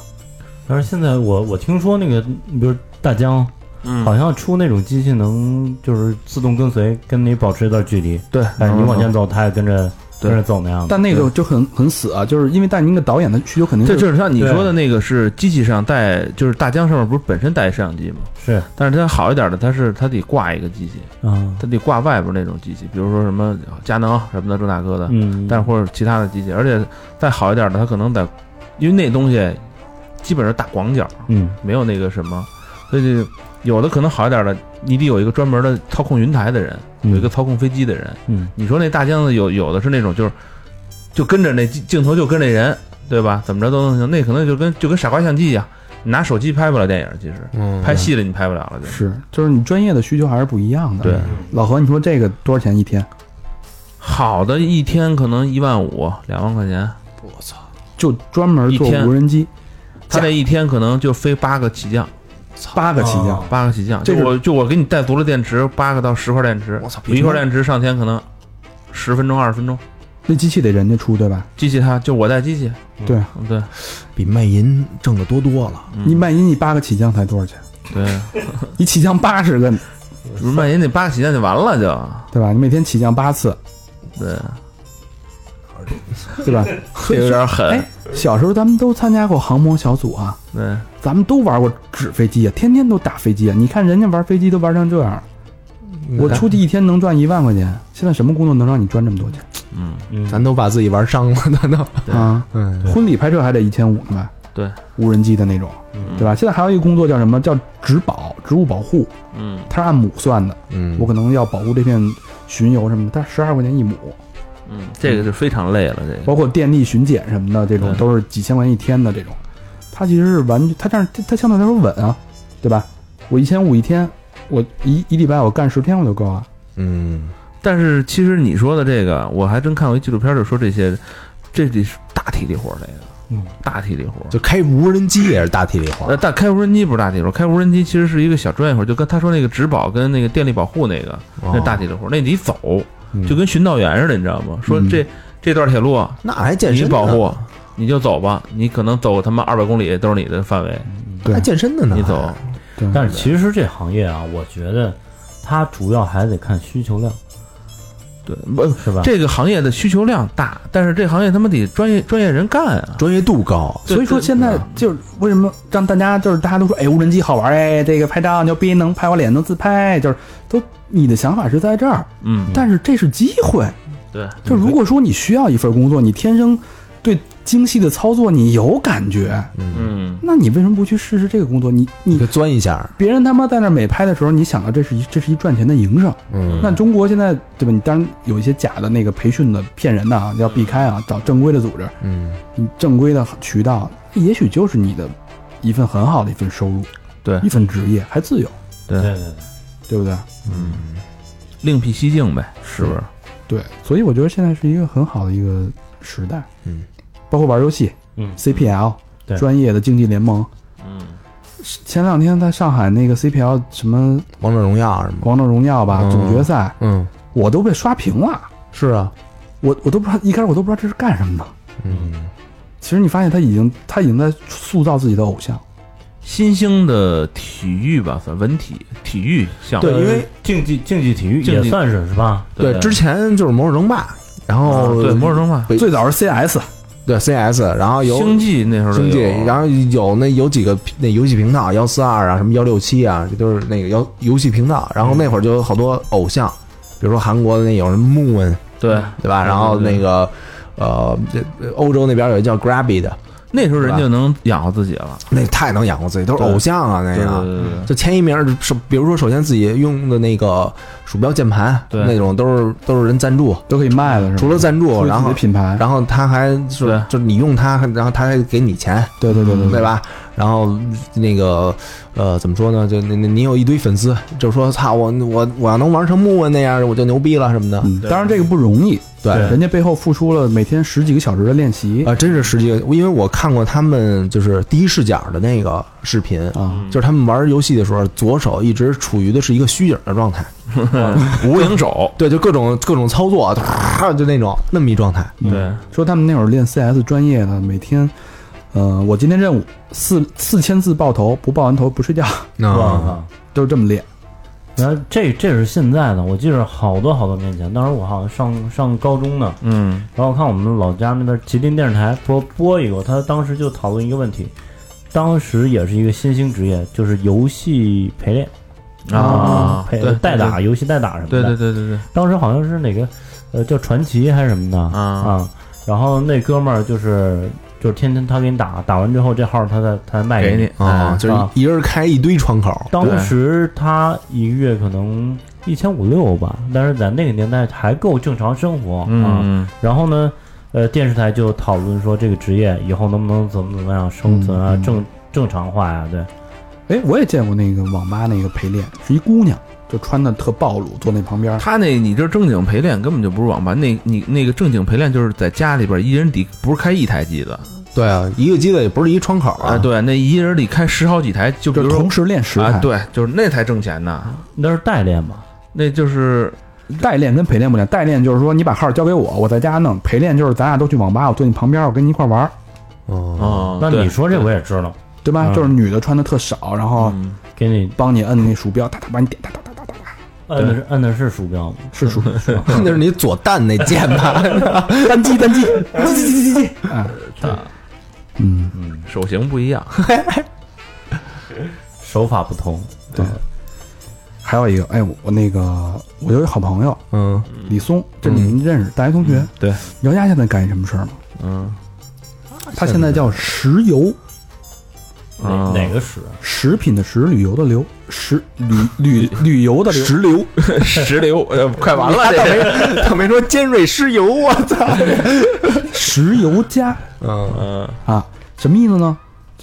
D: 但是现在我我听说那个，比如大疆，
C: 嗯
D: 好像出那种机器能就是自动跟随，跟你保持一段距离。
C: 对，
D: 哎，你往前
C: 走，
D: 走，它也跟着
C: 对
D: 跟着走那样的。
B: 但那个就很很死啊，就是因为但您的导演的需求
D: 嗯
B: 肯定
C: 这
B: 是
C: 就是像你说的那个是机器上带，就是大疆上面不是本身带摄像机吗？
D: 是
C: 但是它好一点的，它是它得挂一个机器，
D: 啊，
C: 它得挂外边那种机器，比如说什么佳能什么的这那个的，
D: 嗯，
C: 但或者其他的机器，而且再好一点的，它可能得，因为那东西基本上大广角，
D: 嗯
C: 没有那个什么，所以就有的可能好一点的，你得有一个专门的操控云台的人，
D: 嗯
C: 有一个操控飞机的人。
D: 嗯
C: 你说那大疆的有有的是那种就是就跟着那镜镜头就跟那人，对吧？怎么着都能行，那可能就跟就跟傻瓜相机一样，你拿手机拍不了电影，其实
E: 嗯
C: 拍戏了你拍不了了，就是
B: 就是你专业的需求还是不一样的。
C: 对，
B: 老何，你说这个多少钱一天？
C: 好的一天可能一万五两万块钱，
B: 就专门做
C: 一天
B: 无人机，
C: 他那一天可能就飞八个起降，
B: 八个起降
D: 哦，
C: 八个起降，
B: 这
C: 就是我就我给你带足了电池，八个到十块电池，
E: 我操比
C: 我一块
E: 中
C: 电池上天可能十分钟二十分钟，
B: 那机器得人家出对吧？
C: 机器它就我带机器，
B: 对啊，
C: 嗯对
E: 比卖淫挣的多多了。
C: 嗯
B: 你卖淫你八个起降才多少钱？
C: <laughs> 对，
B: 你起降八十个，
C: 不是卖淫那八个起降就完了 <laughs> 就，
B: 对吧？你每天起降八次，
C: 对，
B: 对吧？
C: <laughs> 这有点狠
B: <laughs> 哎，小时候咱们都参加过航模小组啊，
C: 对，
B: 咱们都玩过纸飞机啊，天天都打飞机啊。你看人家玩飞机都玩成这样，
E: 嗯
B: 我出去一天能赚一万块钱，现在什么工作能让你赚这么多钱
C: 嗯
D: 嗯，
E: 咱都把自己玩伤了，难道？
C: 对
B: 啊？
E: 嗯，
B: 婚礼拍摄还得一千五呢吧？
C: 对，嗯
B: 无人机的那种，对吧？现在还有一个工作叫什么？叫植保，植物保护，
C: 嗯
B: 它是按亩算的，
E: 嗯
B: 我可能要保护这片巡游什么的，它十二块钱一亩，
C: 嗯，这个就非常累了，这个
B: 包括电力巡检什么的，这种
C: 嗯
B: 都是几千块钱一天的这种，它其实是完全，它这样它它相对来说稳啊，对吧？我一千五一天，我一一礼拜我干十天我就够了，
E: 嗯，
C: 但是其实你说的这个，我还真看过一纪录片，就说这些，这得是大体力活儿，这个，
D: 嗯，
C: 大体力活儿。
E: 就开无人机也是大体力活
C: 呃，。但开无人机不是大体力活儿，开无人机其实是一个小专业活儿，就跟他说那个植保跟那个电力保护那个，那是大体力活儿，那你走，就跟巡道员似的，你知道吗？说这这段铁路啊
E: 那还健
C: 你
E: 身呢
C: 保护，你就走吧，你可能走他妈二百公里都是你的范围，
E: 还健身的呢，
C: 你走，
B: 对，
D: 嗯但是其实这行业啊，我觉得它主要还得看需求量，
C: 对，不，
D: 是吧？
C: 呃这个行业的需求量大，但是这行业他妈得专业专业人干啊。
E: 专业度高。
B: 所以说现在就是为什么让大家就是大家都说哎无人机好玩哎这个拍照牛逼能拍我脸能自拍就是都你的想法是在这儿，
C: 嗯，
B: 但是这是机会。
C: 对，
B: 就如果说你需要一份工作，你天生对精细的操作你有感觉，
C: 嗯，
B: 那你为什么不去试试这个工作？你
E: 你
B: 你
E: 就钻一下，
B: 别人他妈在那儿美拍的时候，你想到这是一这是一赚钱的营生。
E: 嗯
B: 那中国现在对吧？你当然有一些假的那个培训的骗人的啊，要避开啊，找正规的组织，
E: 嗯，
B: 你正规的渠道，也许就是你的一份很好的一份收入，
C: 对
B: 一份职业还自由，
D: 对对对，
B: 对不对？
C: 另辟蹊径呗，是不是？
B: 对，所以我觉得现在是一个很好的一个时代，
E: 嗯，
B: 包括玩游戏，
D: 嗯
B: ，CPL，
D: 对
B: 专业的竞技联盟，
C: 嗯，
B: 前两天在上海那个 CPL 什么
E: 王者荣耀是吗？
B: 王者荣耀吧、
E: 嗯
B: 总决赛，
E: 嗯，
B: 我都被刷屏了，
E: 是啊，
B: 我我都不知道一开始我都不知道这是干什么的。
E: 嗯，
B: 其实你发现他已经他已经在塑造自己的偶像，
C: 新兴的体育吧，算文体体育项目
E: 对，因为
D: 竞技竞技体育
C: 呃竞
D: 也
C: 技
D: 算是是吧？
E: 对之前就是魔兽争霸，然
C: 啊
E: 后
C: 对魔兽争霸、
E: 对
B: 最早是 CS，
E: 对 CS，然后啊有
C: 星际那时候就
E: 经济，
C: 有啊
E: 然后有那有几个那游戏频道幺四二啊，什么幺六七啊，这都是那个游游戏频道。然后那会儿就有好多偶像，比如说韩国的那有什么 Moon，
C: 对
E: 对吧？
C: 对
E: 然后
C: 对
E: 那个呃，这呃欧洲那边有一个叫 Grabby 的，
C: 那时候人就能养活自己了。
E: 那太能养活自己，都是
C: 对
E: 偶像啊，那
C: 对对
E: 个。
C: 对对，
E: 就前一名是，比如说，首先自己用的那个鼠标、键盘，
C: 对
E: 那种都是都是人赞助，
B: 都可以卖嗯了是吧？
E: 除了赞助，
B: 出自
E: 然
B: 己
E: 后
B: 的品牌，
E: 然后他还是
C: 对
E: 就是你用它，然后他还给你钱，
B: 对对对对
E: 对？吧？然后那个呃，怎么说呢？就那那你有一堆粉丝，就说操我我我要能玩成木问那样，我就牛逼了什么的。
B: 嗯，当然这个不容易，
E: 对
D: 对
B: 人家背后付出了每天十几个小时的练习
E: 啊，真是实际，因为我看过他们就是第一视角的那个视频。
B: 啊，
E: 就是他们玩游戏的时候，左手一直处于的是一个虚影的状态，
C: <laughs> 无影手，
E: 对，就各种各种操作，哒就那种那么一状态。
B: 嗯
C: 对，
B: 说他们那会儿练 CS 专业的，每天，呃，我今天任务
C: 啊
E: 啊
B: 四四千字爆头，不爆完头不睡觉， <laughs>
D: 我，靠，
B: 就这么练。
D: 然后这这是现在的，我记着好多好多年前，当时我好像上上高中呢，
C: 嗯，
D: 然后我看我们老家那边吉林电视台播播一个，他当时就讨论一个问题，当时也是一个新兴职业，就是游戏陪练嗯
C: 啊，
D: 陪
C: 对，
D: 代打，游戏代打什么的。
C: 对对对对对，
D: 当时好像是哪个呃叫传奇还是什么的
C: 啊
D: 然后那哥们儿就是就是天天他给你打，打完之后这号他再他再卖
C: 给你
E: 啊，
C: 哎
E: 就是一人开一堆窗口，
D: 当时他一个月可能一千五六吧，但是在那个年代还够正常生活啊。
C: 嗯，
D: 然后呢，呃，电视台就讨论说这个职业以后能不能怎么怎么样生存啊，
B: 嗯嗯
D: 正正常化呀、对，
B: 哎，我也见过那个网吧那个陪练，是一姑娘，就穿的特暴露，坐那旁边儿。
C: 他那你这正经陪练根本就不是网吧，那你那个正经陪练就是在家里边一人得不是开一台机子
E: 对啊，一个机子也不是一窗口
C: 啊，对，那一人得开十好几台，就比
B: 就
C: 如
B: 是
C: 说
B: 同时练十台，
C: 啊，对，就是那才挣钱呢，
D: 那是代练嘛。
C: 那就是
B: 代练跟陪练不一样，代练就是说你把号交给我，我在家弄；陪练就是咱俩都去网吧，我坐你旁边，我跟你一块玩儿，
E: 哦，
C: 哦，
D: 那
C: 对
D: 你说这我也知道，
B: 对吧？
D: 嗯
B: 就是女的穿的特少，然后
C: 啊嗯
D: 给你
B: 帮你摁那鼠标，哒哒把你点哒哒哒哒哒，
D: 摁的是摁的是鼠标吗？
C: <laughs>
B: 是鼠是吧
E: <laughs> 那是你左蛋那键 <laughs> 吧？
B: 单击单击单击击击击击啊！
C: 啊
B: 嗯，
C: 手型不一样， <laughs>
D: 手法不同。
B: 对。还有一个，哎，我我那个我有一好朋友
E: 嗯，
B: 李松，这你们认识，大学同学。
C: 嗯对，
B: 姚家现在干一什么事儿吗？
C: 嗯，
B: 他现在叫石油，
D: 哪、
C: 啊
D: 哪个使？
B: 食品的食，旅游的旅，食旅旅旅游的
E: 石 <laughs> 榴，
C: 石榴，呃，快完了，这
E: 倒没倒没说尖锐石油，我操，
B: 石油家
E: 嗯
C: 嗯
B: 啊，什么意思呢？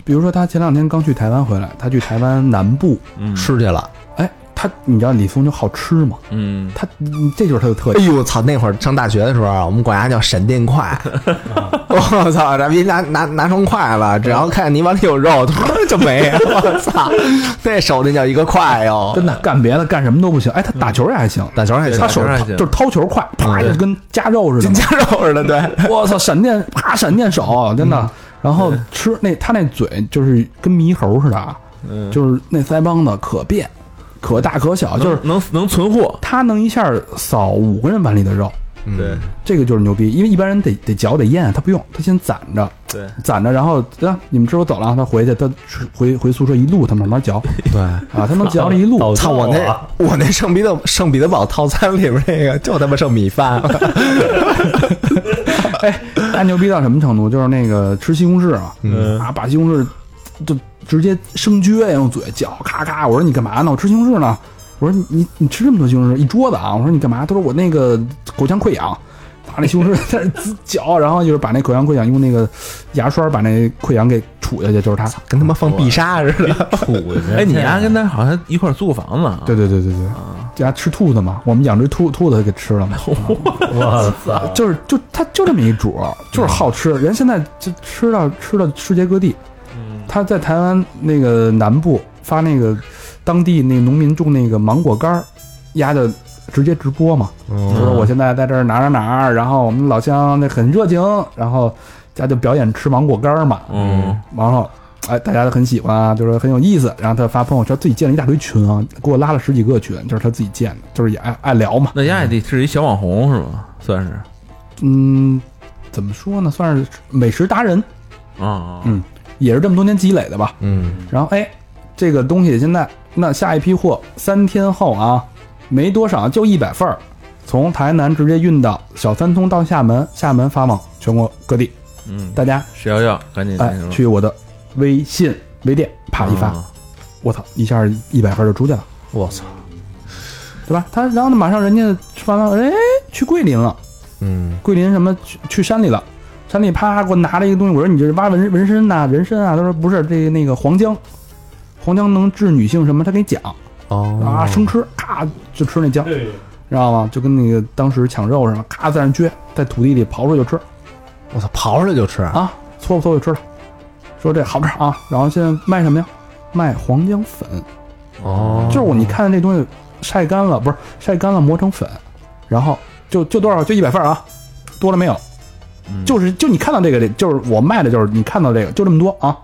B: 比如说他前两天刚去台湾回来，他去台湾南部，
C: 嗯
E: 吃去了。
B: 哎，他你知道李松就好吃嘛，
C: 嗯，
B: 他嗯这就是他的特
E: 哎
B: 点。
E: 呦，我操！那会儿上大学的时候啊，我们管它叫闪电 <laughs> 筷。我操！咱们拿拿拿双筷子，只要看你碗里有肉， <laughs> 突就没了。我 <laughs> 操！那手那叫一个快哟！
B: 真的干别的干什么都不行，哎，他打球也还行，
E: 打球还行啊
B: 他手
C: 嗯
E: <laughs>
C: 打球还
B: 就
C: 行
B: 是掏球快，啪就跟夹肉似的
E: 跟，
C: <laughs>
E: 夹肉似的，对，
B: 我操，闪电啪闪电手，真
C: 嗯
B: 的。然后吃那他那嘴就是跟猕猴似的啊，
C: 嗯
B: 就是那腮帮子可变，可大可小，就是
C: 啊能能能存货，
B: 他能一下扫五个人碗里的肉，
E: 嗯
C: 对
B: 这个就是牛逼，因为一般人得得嚼得咽，啊他不用，他先攒着，
C: 对，
B: 攒着，然后啊，你们吃我走了，他回去，他回回宿舍一路，他慢慢嚼
E: 对。
B: 啊，他能嚼了一路，
E: 操！我那我那圣彼得圣彼得堡套餐里边那个就他妈剩米饭，
B: <laughs> 哎，他牛逼到什么程度？就是那个吃西红柿啊，
E: 嗯
B: 啊，把西红柿就直接生撅，用嘴嚼，咔咔。我说你干嘛呢？我吃西红柿呢。我说你你吃这么多西红柿，一桌子啊！我说你干嘛？他说我那个口腔溃疡，把那西红柿 <laughs> 在那滋嚼，然后就是把那口腔溃疡用那个牙刷把那溃疡给杵下去，就是他。
E: <laughs> 跟他妈放必杀似的。
D: 土去。
C: 哎，你丫跟他好像一块儿租个房子啊，
B: 对对对对对，家吃兔子嘛，我们养只兔兔子给吃了嘛，啊
D: 我操！
B: 就是就他就这么一主儿，就是好吃。人现在就吃到吃到世界各地，他在台湾那个南部发那个当地那农民种那个芒果干儿，压的直接直播嘛，就说我现在在这儿哪儿哪儿哪儿，然后我们老乡那很热情，然后家就表演吃芒果干儿嘛，
C: 嗯，
B: 然后。哎，大家都很喜欢啊，就是很有意思。然后他发朋友圈，自己建了一大堆群啊，给我拉了十几个群，就是他自己建的，就是也爱爱聊嘛。
C: 那丫也得是一小网红是吗？算是
B: 嗯，怎么说呢，算是美食达人，
C: 啊，
B: 嗯也是这么多年积累的吧。
E: 嗯，
B: 然后哎，这个东西现在那下一批货三天后啊，没多少，就一百份儿，从台南直接运到小三通到厦门，厦门发往全国各地。
C: 嗯，
B: 大家
C: 谁要要赶紧那
B: 哎
C: 什么
B: 去我的微信微店啪一发，
C: 啊
B: 我操，一下一百份就出去了，
E: 我操，
B: 对吧？他然后呢，马上人家吃完饭，哎，去桂林了。
E: 嗯
B: 桂林什么去去山里了，山里啪给我拿了一个东西，我说你这是挖纹纹身呐、人参啊，他说不是，这那个黄姜，黄姜能治女性什么，他给你讲
E: 哦
B: 啊，生吃，咔就吃那姜，知道吗？就跟那个当时抢肉似的，咔在那撅，在土地里刨出来就吃
E: 我操，刨出来就吃啊！
B: 啊，搓吧搓吧就吃了，说这好吃啊，然后现在卖什么呀？卖黄姜粉，
E: 哦
B: 就是我你看这东西晒干了，不是晒干了磨成粉，然后就就多少就一百份儿啊，多了没有？
C: 嗯
B: 就是就你看到这个，就是我卖的就是你看到这个，就这么多啊，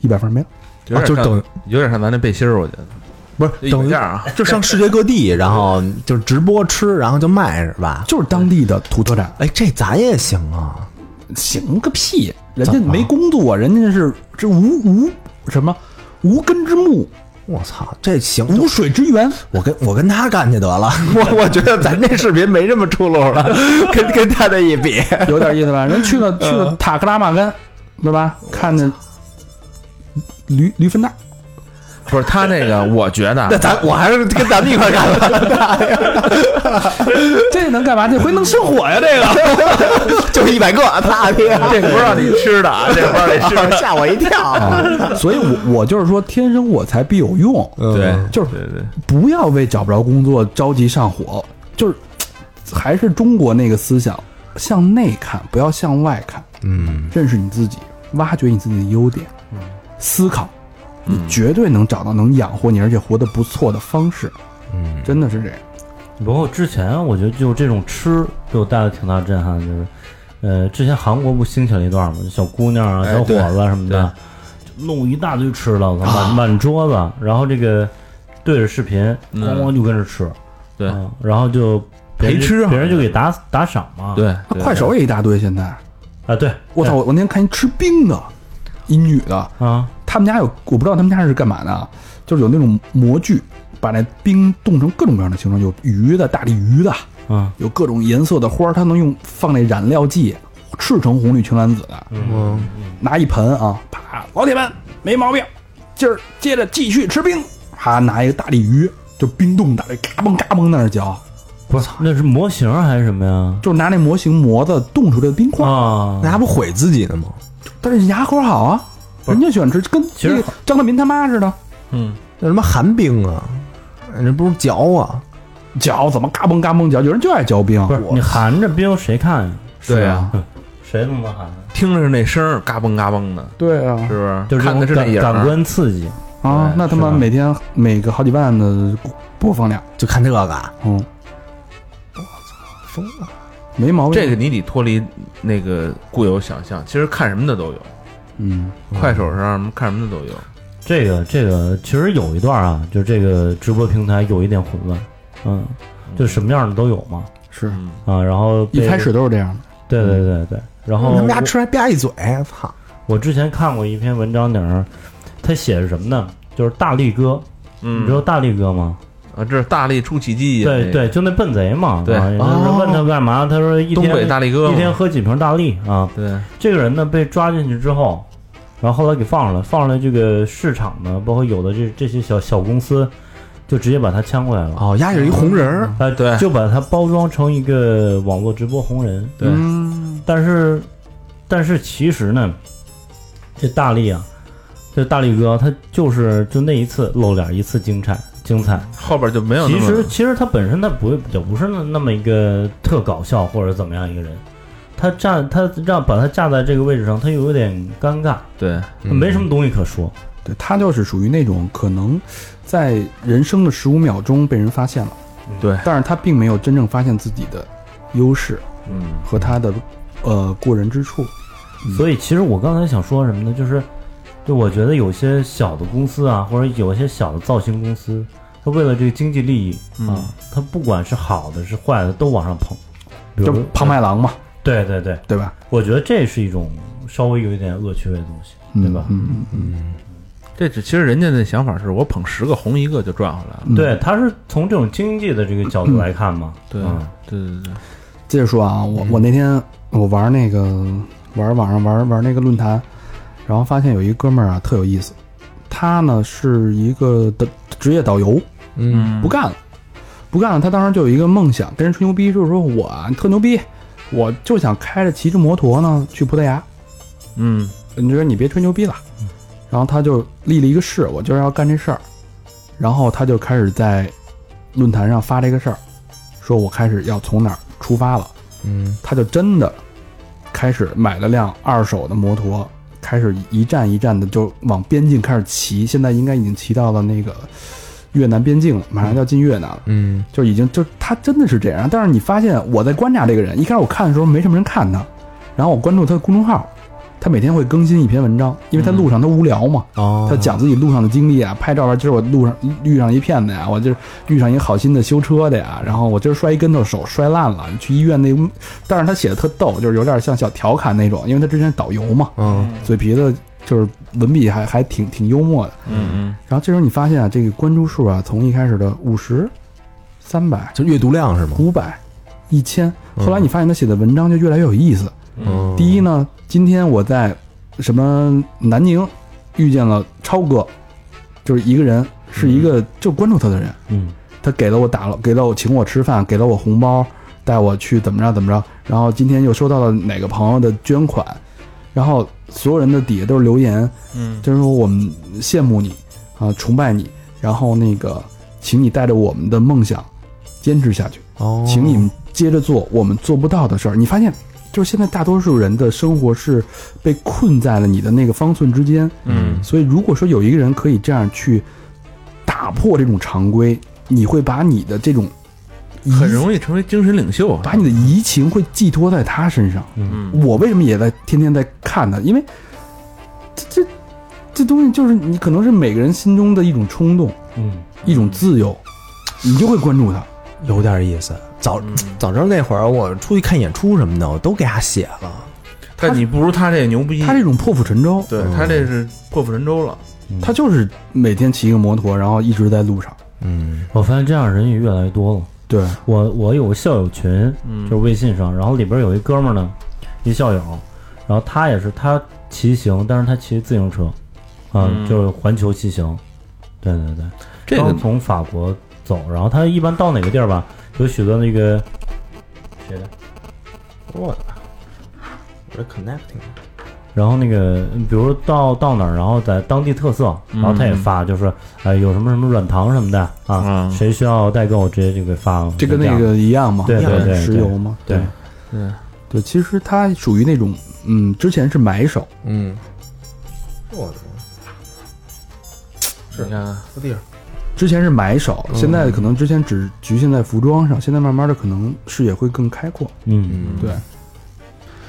B: 一百份儿没了。
C: 有点
E: 啊就
C: 像
E: 等
C: 有点像咱那背心儿，我觉得不是
E: 等于
C: 这样啊，
E: 就上世界各地，然后就直播吃，然后就卖是吧？
B: 就是当地的土特产，
E: 哎，这咱也行啊，
B: 行个屁！人家
E: 怎么
B: 没工作，啊人家是这无无什么无根之木，
E: 我操，这行
B: 无水之源。
E: 我跟我跟他干去得了， <laughs> 我我觉得咱这视频没什么出路了， <laughs> 跟跟他这一比，
B: 有点意
E: <laughs>
B: 思吧？人去
E: 嗯
B: 了去了塔克拉玛干，对吧？看着驴驴粪蛋儿，
C: 不是他那个，我觉得啊
E: 那咱我还是跟咱们一块干吧，
B: 这能干嘛？这回能生火呀！这个
E: <laughs> 就一百个，他
C: 这不让你吃的
E: <laughs>
C: 啊，这不让你吃的。
E: 吓我一跳。
B: 啊，所以我我就是说，天生我材必有用，
C: 对，
B: 就是
C: 对对，
B: 不要为找不着工作着急上火，就是嘖还是中国那个思想，向内看，不要向外看，
E: 嗯，
B: 认识你自己，挖掘你自己的优点，思考，你绝对能找到能养活你而且活得不错的方式。嗯，真的是这样。
D: 不过之前我觉得就这种吃给我带来挺大震撼，就是，呃，之前韩国不兴起来一段吗？小姑娘啊、
C: 哎
D: 小伙子啊什么的，就弄一大堆吃的，我操
C: 啊
D: 满满桌子，然后这个对着视频，咣
C: 嗯
D: 咣就跟着吃，
C: 对
D: 嗯，然后就别人
C: 陪吃啊
D: 别人就给打打赏嘛，
C: 对
B: 那快手也一大堆，现在
D: 啊，对，
B: 我操！我我那天看一吃冰的，一女的，
D: 对啊，
B: 他们家有我不知道他们家是干嘛的啊，就是有那种模具，把那冰冻成各种各样的形状，有鱼的、大鲤鱼的，
D: 嗯，
B: 有各种颜色的花儿，它能用放那染料剂，赤橙红绿青蓝紫的，
E: 嗯，
B: 拿一盆啊，啪，老铁们没毛病，今儿接着继续吃冰，啪，拿一个大鲤鱼，就冰冻大鲤，嘎嘣嘎嘣在那儿嚼，
D: 不是，那是模型还是什么呀？
B: 就是拿那模型磨的冻出来的冰块，
D: 啊，
E: 那还不毁自己呢吗？
B: 但是牙口好啊，人家喜欢吃，跟
D: 其实
B: 那个张德民他妈似的，
E: 那什么寒冰啊，那不是嚼啊？
B: 嚼怎么嘎嘣嘎嘣嚼，有人就爱嚼冰
D: 不，是你含着冰谁看呀？
C: 对啊，
D: 谁他妈含？啊
C: 听着那声儿嘎嘣嘎嘣的，
B: 对啊
C: 是不是？
D: 就是这
C: 看
D: 种
C: 的是那
D: 感
C: 影儿
D: 感官刺激，
B: 啊
C: 对，
B: 那他妈
D: 是吧
B: 每天每个好几万的播放量，
E: 就看这个，
B: 嗯，没毛病，
C: 这个你得脱离那个固有想象，其实看什么的都有，
B: 嗯，
C: 快手上什么看什么的都有。
D: 这个这个其实有一段啊，就是这个直播平台有一点混乱，嗯，就什么样的都有嘛，
B: 是
C: 嗯，
D: 啊，然后被
B: 一开始，都嗯是这样的，
D: 对对对对，然后
E: 他们家
D: 我
E: 吃还吧一嘴，操！
D: 我之前看过一篇文章顶儿，他写的什么呢？就是大力哥，
C: 嗯
D: 你知道大力哥吗？
C: 啊，这是大力出奇迹，
D: 对，对，就那笨贼嘛，
C: 对
D: 啊他
B: 哦
D: 说问他干嘛？他说一
C: 东
D: 天
C: 北大力哥
D: 一天
C: 嘛，
D: 喝几瓶大力啊，
C: 对，
D: 这个人呢被抓进去之后，然后后来给放出来，放出来这个市场呢，包括有的这这些小小公司，就直接把他签过来了。
E: 哦，鸭是一红人儿，
D: 啊，
C: 对
D: 就把他包装成一个网络直播红人，
C: 对
B: 嗯
D: 但是，但是其实呢，这大力啊，这大力哥啊他就是就那一次露脸一次精彩精彩，
C: 后边就没有那
D: 其
C: 么
D: 实其实他本身他不也不是那那么一个特搞笑或者怎么样一个人，他站他让把他架在这个位置上，他又有点尴尬，
C: 对，
D: 没什么东西可说。
B: 对他就是属于那种可能在人生的十五秒钟被人发现了，
C: 对
B: 但是他并没有真正发现自己的优势
C: 嗯，
B: 和他的呃过人之处，
D: 所以其实我刚才想说什么呢？就是，就我觉得有些小的公司啊，或者有一些小的造型公司，它为了这个经济利益啊，
C: 嗯
D: 它不管是好的是坏的都往上捧，比
B: 就
D: 如
B: 胖麦郎嘛，
D: 对对对，
B: 对吧？
D: 我觉得这是一种稍微有一点恶趣味的东西，
B: 嗯
D: 对吧？
B: 嗯嗯
C: 这只其实人家的想法是我捧十个红一个就赚回来了，
B: 嗯，
D: 对，它是从这种经济的这个角度来看嘛，
C: 对
D: 嗯
C: 对对对，
B: 接着说啊，我我那天我玩那个玩网上玩玩那个论坛，然后发现有一哥们儿啊特有意思，他呢是一个的职业导游，
E: 嗯，
B: 不干了，不干了。他当时就有一个梦想，跟人吹牛逼，就是说我啊特牛逼，我就想开着骑着摩托呢去葡萄牙。
C: 嗯
B: 你就说你别吹牛逼了，然后他就立了一个誓，我就是要干这事儿，然后他就开始在论坛上发这个事儿，说我开始要从哪儿出发了。
E: 嗯，
B: 他就真的开始买了辆二手的摩托，开始一站一站的就往边境开始骑。现在应该已经骑到了那个越南边境了，马上要进越南了，
E: 嗯，
B: 就已经就他真的是这样。但是你发现我在观察这个人，一开始我看的时候没什么人看他，然后我关注他的公众号，他每天会更新一篇文章，因为他路上他无聊嘛，
E: 哦
B: 他讲自己路上的经历啊，拍照片。今儿我路上遇上一骗子呀，我就是遇上一个好心的修车的呀，然后我今儿摔一跟头，手摔烂了，去医院那。但是他写的特逗，就是有点像小调侃那种，因为他之前导游嘛，
E: 嗯
B: 嘴皮子就是文笔还还挺挺幽默的。
C: 嗯
B: 然后这时候你发现啊，这个关注数啊，从一开始的五十、三百、
E: 就阅读量是吗？
B: 五百、一千，
E: 嗯
B: 后来你发现他写的文章就越来越有意思。
E: 嗯，
B: 第一呢，今天我在什么南宁遇见了超哥，就是一个人，是一个就关注他的人，
D: 嗯，
B: 他给了我打了，给了我请我吃饭，给了我红包，带我去怎么着怎么着，然后今天又收到了哪个朋友的捐款，然后所有人的底下都是留言，
C: 嗯
B: 就是说我们羡慕你啊、崇拜你，然后那个，请你带着我们的梦想坚持下去，
E: 哦，
B: 请你们接着做我们做不到的事儿。你发现，就是现在大多数人的生活是被困在了你的那个方寸之间，
C: 嗯
B: 所以如果说有一个人可以这样去打破这种常规，你会把你的这种移
C: 嗯，很容易成为精神领袖啊。
B: 把你的移情会寄托在他身上。
C: 嗯
B: 我为什么也在天天在看呢？因为这这这东西就是你可能是每个人心中的一种冲动，
D: 嗯，
B: 一种自由，你就会关注他。
E: 有点意思。早早知道那会儿我出去看演出什么的，我都给他写了。
C: 但你不如他这牛逼，
B: 他这种破釜沉舟，
C: 对
E: 嗯
C: 他这是破釜沉舟了。
B: 他就是每天骑一个摩托，然后一直在路上。
E: 嗯
D: 我发现这样人也越来越多了。
B: 对，
D: 我我有个校友群，
C: 嗯
D: 就是微信上，然后里边有一哥们儿呢，一校友，然后他也是他骑行，但是他骑自行车，啊，
C: 嗯
D: 就是环球骑行，对对对，
C: 这
D: 刚
C: 个
D: 从法国走，然后他一般到哪个地儿吧，有许多那个谁的，
E: 我我这 connecting
D: 然后那个比如到到哪儿，然后在当地特色，然后他也发，就是哎有什么什么软糖什么的啊
C: 嗯，
D: 谁需要代购直接就给发了，
B: 这跟
D: 就
B: 那
D: 样
B: 个一样嘛，
D: 对对对
B: 石油嘛，
D: 对
C: 对
B: 对，其实他属于那种，嗯，之前是买手，
E: 嗯，我的是
C: 你看，
E: 我地上
B: 之前是买手，现在可能之前只局限在服装上，现在慢慢的可能视野会更开阔。
D: 嗯
B: 对，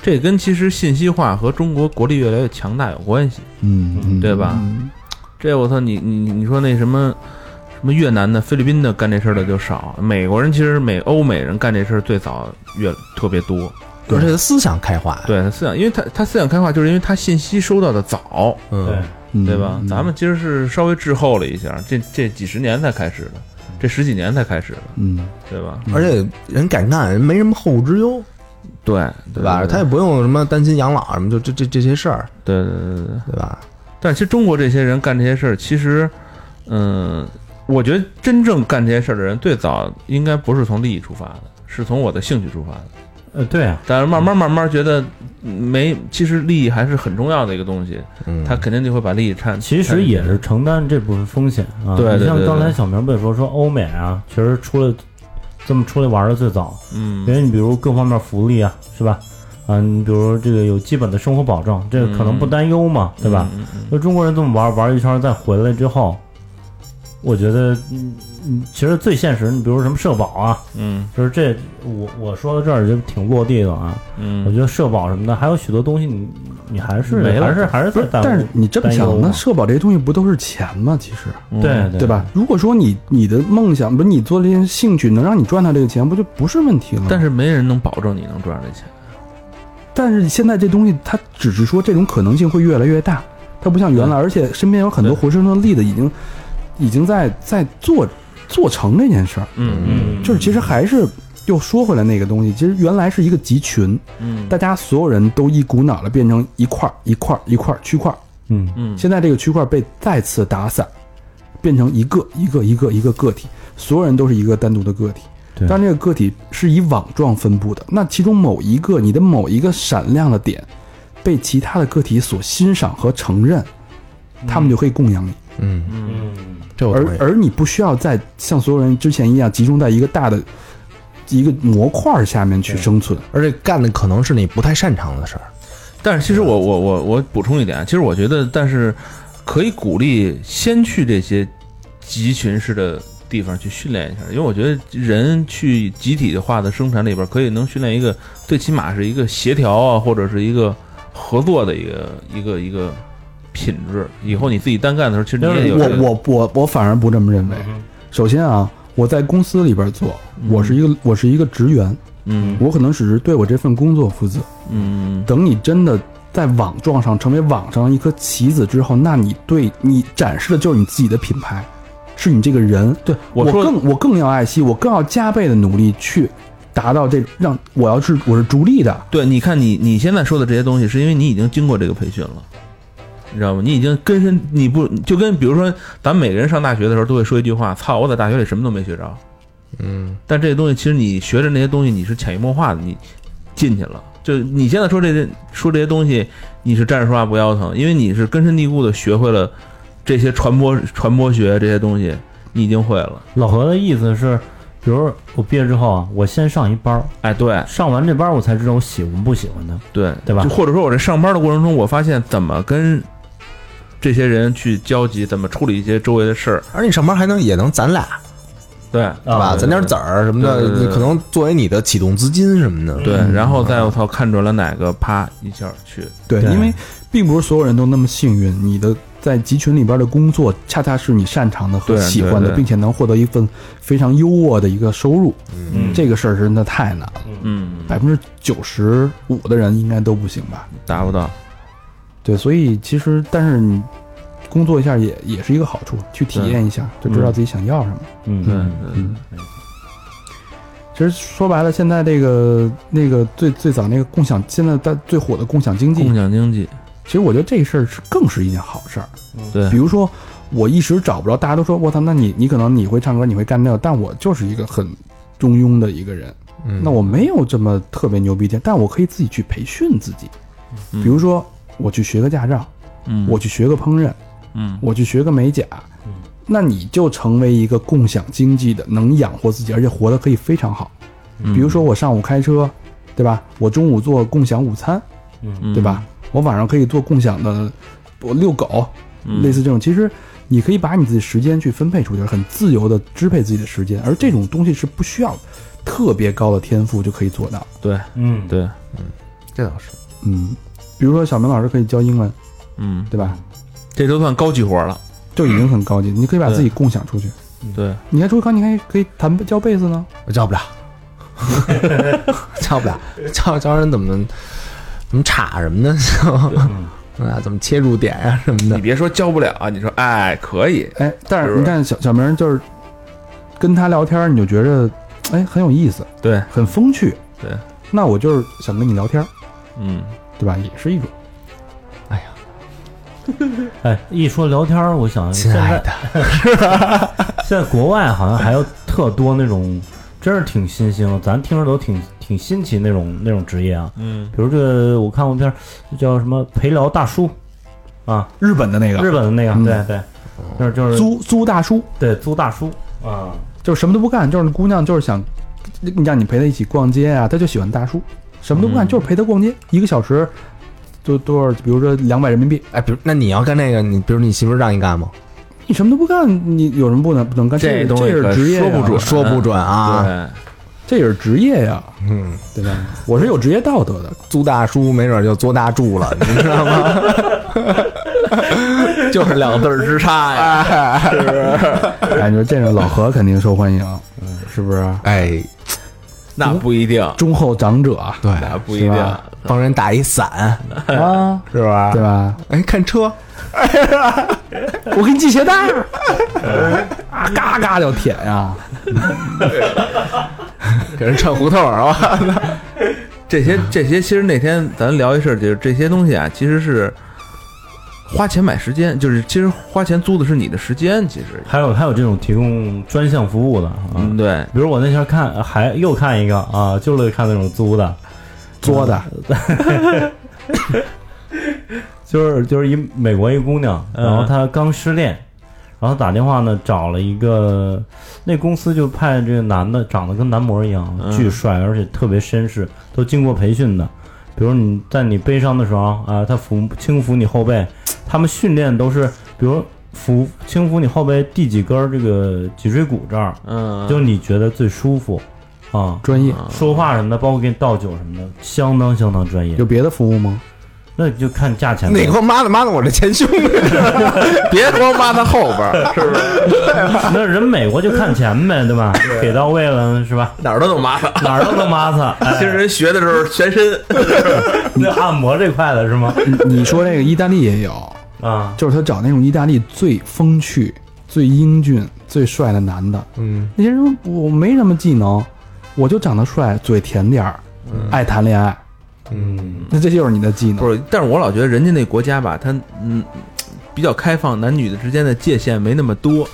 C: 这跟其实信息化和中国国力越来越强大有关系，
B: 嗯，嗯
C: 对吧？
B: 嗯
C: 这我操，你你你说那什么什么越南的、菲律宾的干这事儿的就少，美国人其实美欧美人干这事儿最早越特别多。
E: 而且他思想开化，
C: 对他思想，因为他他思想开化，就是因为他信息收到的早，
D: 对
E: 嗯，
B: 嗯
C: 对吧？
B: 嗯
C: 咱们其实是稍微滞后了一下，这这几十年才开始的，这十几年才开始的，
B: 嗯，
C: 对吧？
E: 而且人敢干，人没什么后顾之忧，
C: 对
E: 对吧？他
C: 对
E: 也不用什么担心养老什么，就这这这些事儿，
C: 对对对对。
E: 对吧？
C: 但其实中国这些人干这些事儿，其实，嗯、我觉得真正干这些事儿的人，最早应该不是从利益出发的，是从我的兴趣出发的。
D: 呃对啊，
C: 但是慢慢慢慢觉得嗯没，其实利益还是很重要的一个东西，
E: 嗯，
C: 他肯定就会把利益掺。
D: 其
C: 掺
D: 实
C: 进去
D: 也是承担这部分风险啊。
C: 对对
D: 你像
C: 对
D: 刚才
C: 对
D: 小明不也说说欧美啊，其实出来这么出来玩的最早，因
C: 嗯
D: 为你比如各方面福利啊，是吧？啊，你比如这个有基本的生活保障，这个可能不担忧嘛，对吧？
C: 嗯嗯
D: 就中国人这么玩玩一圈再回来之后，我觉得，嗯，嗯其实最现实，你比如什么社保啊，
C: 嗯
D: 就是这我我说到这儿就挺落地的啊。
C: 嗯
D: 我觉得社保什么的，还有许多东西你你还是
C: 没了
D: 还是还是在耽误。
B: 但是你这么
D: 担忧
B: 想，
D: 嘛
B: 那社保这些东西不都是钱吗？其实，
C: 嗯
D: 对
B: 对吧？如果说你你的梦想不是你做这件兴趣能让你赚到这个钱，不就不是问题了吗？
C: 但是没人能保证你能赚着这钱。
B: 但是现在这东西，它只是说这种可能性会越来越大，它不像原来，而且身边有很多活生生的例子，已经已经在在做做成这件事儿。
C: 嗯
D: 嗯
B: 就是其实还是又说回来那个东西，其实原来是一个集群，
C: 嗯
B: 大家所有人都一股脑的变成一块儿一块儿一块儿区块儿，
D: 嗯
C: 嗯
B: 现在这个区块被再次打散，变成一个一个一个一个个体，所有人都是一个单独的个体。
D: 对
B: 但这个个体是以网状分布的，那其中某一个你的某一个闪亮的点，被其他的个体所欣赏和承认，他们就可以供养你，
E: 嗯，
C: 嗯
D: 嗯
E: 这我
B: 而
E: 同意。
B: 而你不需要再像所有人之前一样集中在一个大的一个模块儿下面去生存。
E: 而且干的可能是你不太擅长的事儿，
C: 但是其实
B: 啊
C: 我我我我补充一点啊，其实我觉得，但是可以鼓励先去这些集群式的地方去训练一下，因为我觉得人去集体化的生产里边，可以能训练一个最起码是一个协调啊，或者是一个合作的一个一个一个品质。以后你自己单干的时候，其实你也有这个嗯
B: 我我我我反而不这么认为。首先啊，我在公司里边做，我是一个我是一个职员，
C: 嗯
B: 我可能只是对我这份工作负责。
C: 嗯
B: 等你真的在网状上成为网上一颗棋子之后，那你对你展示的就是你自己的品牌，是你这个人。对
C: 我
B: 我
C: 说
B: 更我更要爱惜，我更要加倍的努力去达到这让我要是我是逐利的，
C: 对，你看你你现在说的这些东西，是因为你已经经过这个培训了，你知道吗？你已经根深，你不就跟比如说咱们每个人上大学的时候都会说一句话：“操，我在大学里什么都没学着。”
E: 嗯，
C: 但这些东西其实你学着那些东西，你是潜移默化的，你进去了。就你现在说这些说这些东西，你是站着说话不腰疼，因为你是根深蒂固的学会了这些传播传播学这些东西，你已经会了。
D: 老何的意思是，比如我毕业之后啊，我先上一班儿，
C: 哎，对
D: 上完这班儿我才知道我喜欢不喜欢他。
C: 对
D: 对吧
C: 就或者说我这上班的过程中，我发现怎么跟这些人去交集，怎么处理一些周围的事儿。
E: 而你上班还能也能攒俩，
C: 对
E: 对吧？
C: 啊
D: 啊
C: 对
E: 攒点子儿什么
C: 对对对
E: 的，可能作为你的启动资金什么的。
C: 对，然后再我操看准了哪个，啪一下去。
B: 对，
D: 对
B: 因为并不是所有人都那么幸运，你的。在集群里边的工作，恰恰是你擅长的和
C: 对
B: 喜欢
C: 对
B: 的，
C: 对
B: 并且能获得一份非常优渥的一个收入。
D: 嗯
B: 这个事儿真的太难了，
C: 嗯，
B: 百分之九十五的人应该都不行吧？
C: 达不到。
B: 对，所以其实但是你工作一下也也是一个好处，去体验一下，就知道自己想要什么。
D: 嗯
C: 对，嗯对
B: 其实说白了，现在这个那个最最早那个共享，现在在最火的共享经
C: 对，
B: 济，
C: 共享经济。
B: 其实我觉得这事儿是更是一件好事儿。
C: 对
E: 嗯
B: 比，如说我一时找不着，大家都说我操，那你你可能你会唱歌，你会干这个，但我就是一个很中庸的一个人，
E: 嗯
B: 那我没有这么特别牛逼的，但我可以自己去培训自己，
C: 嗯
B: 比如说我去学个驾照，
C: 嗯
B: 我去学个烹饪。
C: 嗯
B: 我去学个美甲，那你就成为一个共享经济的，能养活自己，而且活得可以非常好。
C: 嗯
B: 比如说我上午开车，对吧？我中午做共享午餐，
D: 嗯
C: 嗯
B: 对吧？？我晚上可以做共享的，我遛狗，
C: 嗯
B: 类似这种。其实你可以把你自己时间去分配出去，很自由的支配自己的时间，而
C: 嗯
B: 这种东西是不需要特别高的天赋就可以做到。
C: 对
D: 嗯，
C: 对，
E: 这倒是，
B: 嗯，比如说小明老师可以教英文，
C: 嗯，
B: 对吧？
C: 这都算高级活了。
B: 就已经很高级，你可以把自己共享出去。
E: 嗯
C: 对，
B: 你看朱康，你还可以弹教贝斯呢。
E: 我教
C: <laughs>
E: 不了，教不了，教教人怎么怎么插什
C: <laughs>
E: 么的，就啊，怎么切入点呀、什么
C: 你
E: 的。
C: 别说教不了啊，你说哎可以，
B: 哎，但
C: 是
B: 是
C: 不是
B: 你看小小明就是跟他聊天儿，你就觉着哎很有意思，
C: 对，
B: 很风趣。
C: 对，
B: 那我就是想跟你聊天儿，
C: 嗯，
B: 对吧？也是一种。
D: 哎，一说聊天儿，我想
E: 亲
D: 现
E: 爱
D: 在
E: 的，
D: 现在国外好像还有特多那种，真是挺新兴的，咱听着都挺挺新奇那种那种职业啊。
C: 嗯，
D: 比如这个我看过片儿，叫什么陪聊大叔啊，
B: 日本的那
D: 日本的那个，
B: 嗯
D: 对对，就是就是
B: 租租大叔，
D: 对租大叔啊，
B: 就是什么都不干，就是姑娘就是想让你陪她一起逛街啊，她就喜欢大叔，什么都不干，
C: 嗯
B: 就是陪她逛街，一个小时多多少，比如说两百人民币，
E: 哎，比如那你要干这个，你比如你媳妇儿让你干吗？
B: 你什么都不干，你有什么不能不能干？
C: 这
B: 这
C: 东西
B: 这
C: 可
B: 是职业呀、
C: 说不准嗯
E: 说不准啊。
C: 对，
B: 这也是职业呀、
E: 嗯，
B: 对吧？我是有职业道德的，
E: 租大叔没准就做大柱了，你知道吗？ <laughs> 就是两个字儿之差呀。
B: 哎，你说这个老何肯定受欢迎，
C: 嗯
B: 是不是？
E: 哎，
C: <laughs> 那不一定，
B: 忠厚长者啊，
E: 对，
C: 那不一定
B: 是吧
E: 帮人打一伞，是吧？
B: 对吧？
E: 哎，看车，
B: 我给你系鞋带儿， <laughs> 啊，嘎嘎就舔呀、
E: 给人串胡同儿是吧？
C: 这些这些，其实那天咱聊一事儿，就是这些东西啊，其实是花钱买时间，就是其实花钱租的是你的时间，其实，
D: 还有还有这种提供专项服务的啊，
C: 嗯，对，
D: 比如我那天看还又看一个啊，就乐意看那种租的，
B: 作的，
D: 就是就是一美国一姑娘，
C: 嗯
D: 然后她刚失恋，然后打电话呢找了一个，那公司就派这个男的长得跟男模一样，
C: 嗯
D: 巨帅，而且特别绅士，都经过培训的。比如你在你悲伤的时候啊，他抚轻抚你后背，他们训练都是，比如抚轻抚你后背第几根儿这个脊椎骨这儿，
C: 嗯，
D: 就你觉得最舒服啊。
B: 专业
D: 说话什么的，包括给你倒酒什么的，相当相当专业。
B: 有别的服务吗？
D: 那就看价钱了。
E: 哪个妈的妈的我这前胸，别光妈的后边儿，
D: <laughs> 那人美国就看钱呗，对吧？给到位了是吧？
F: 哪儿都能麻烦。
D: 哪儿都能抹擦。哎
F: 其实人学的时候全身，
D: 那按摩这块的是吗？
B: <laughs> 你说这个意大利也有，
D: 啊，
B: 就是他找那种意大利最风趣、最英俊、最帅的男的。
E: 嗯，
B: 那些人说我没什么技能，我就长得帅，嘴甜点儿，爱谈恋爱。嗯，那这就是你的技能。
C: 不是，但是我老觉得人家那国家吧，他嗯比较开放，男女的之间的界限没那么多，
E: 比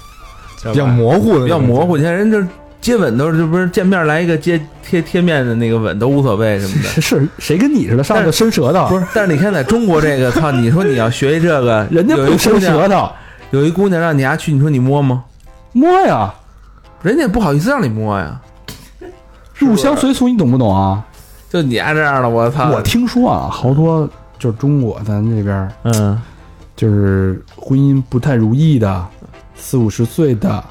C: 知道
E: 较
C: 吧
E: 模糊的，
C: 比较模糊。你看人这接吻都是，这不是见面来一个接贴贴面的那个吻都无所谓什么的。
B: 是是，谁跟你似的上来就伸舌头？
C: 不是，但是你看，在中国这个，操！你说你要学一这个，
B: <laughs> 人家
C: 有
B: 不
C: 一姑
B: 伸舌
C: 娘，
B: 头，
C: 有一姑娘让你丫去，你说你摸吗？
B: 摸呀，
C: 人家也不好意思让你摸呀，
B: 入乡随俗，你懂不懂啊？
C: 就你丫这样的，我操！
B: 我听说啊，好多就是中国咱这边儿
C: 嗯，
B: 就是婚姻不太如意的，四五十岁的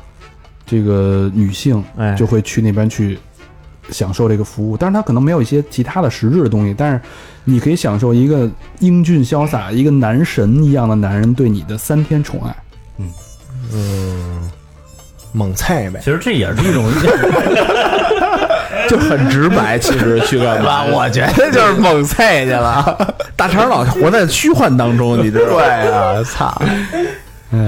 B: 这个女性，
C: 哎，
B: 就会去那边去享受这个服务。但是他可能没有一些其他的实质的东西，但是你可以享受一个英俊潇洒、一个男神一样的男人对你的三天宠爱。
E: 猛菜呗。
D: 其实这也是一种，
F: 就很直白。其实去干嘛？我
E: 觉得就是猛菜去 <laughs> 了。
F: 大肠老活在虚幻当中，你知道
E: 对
F: 吗？
E: 啊，操，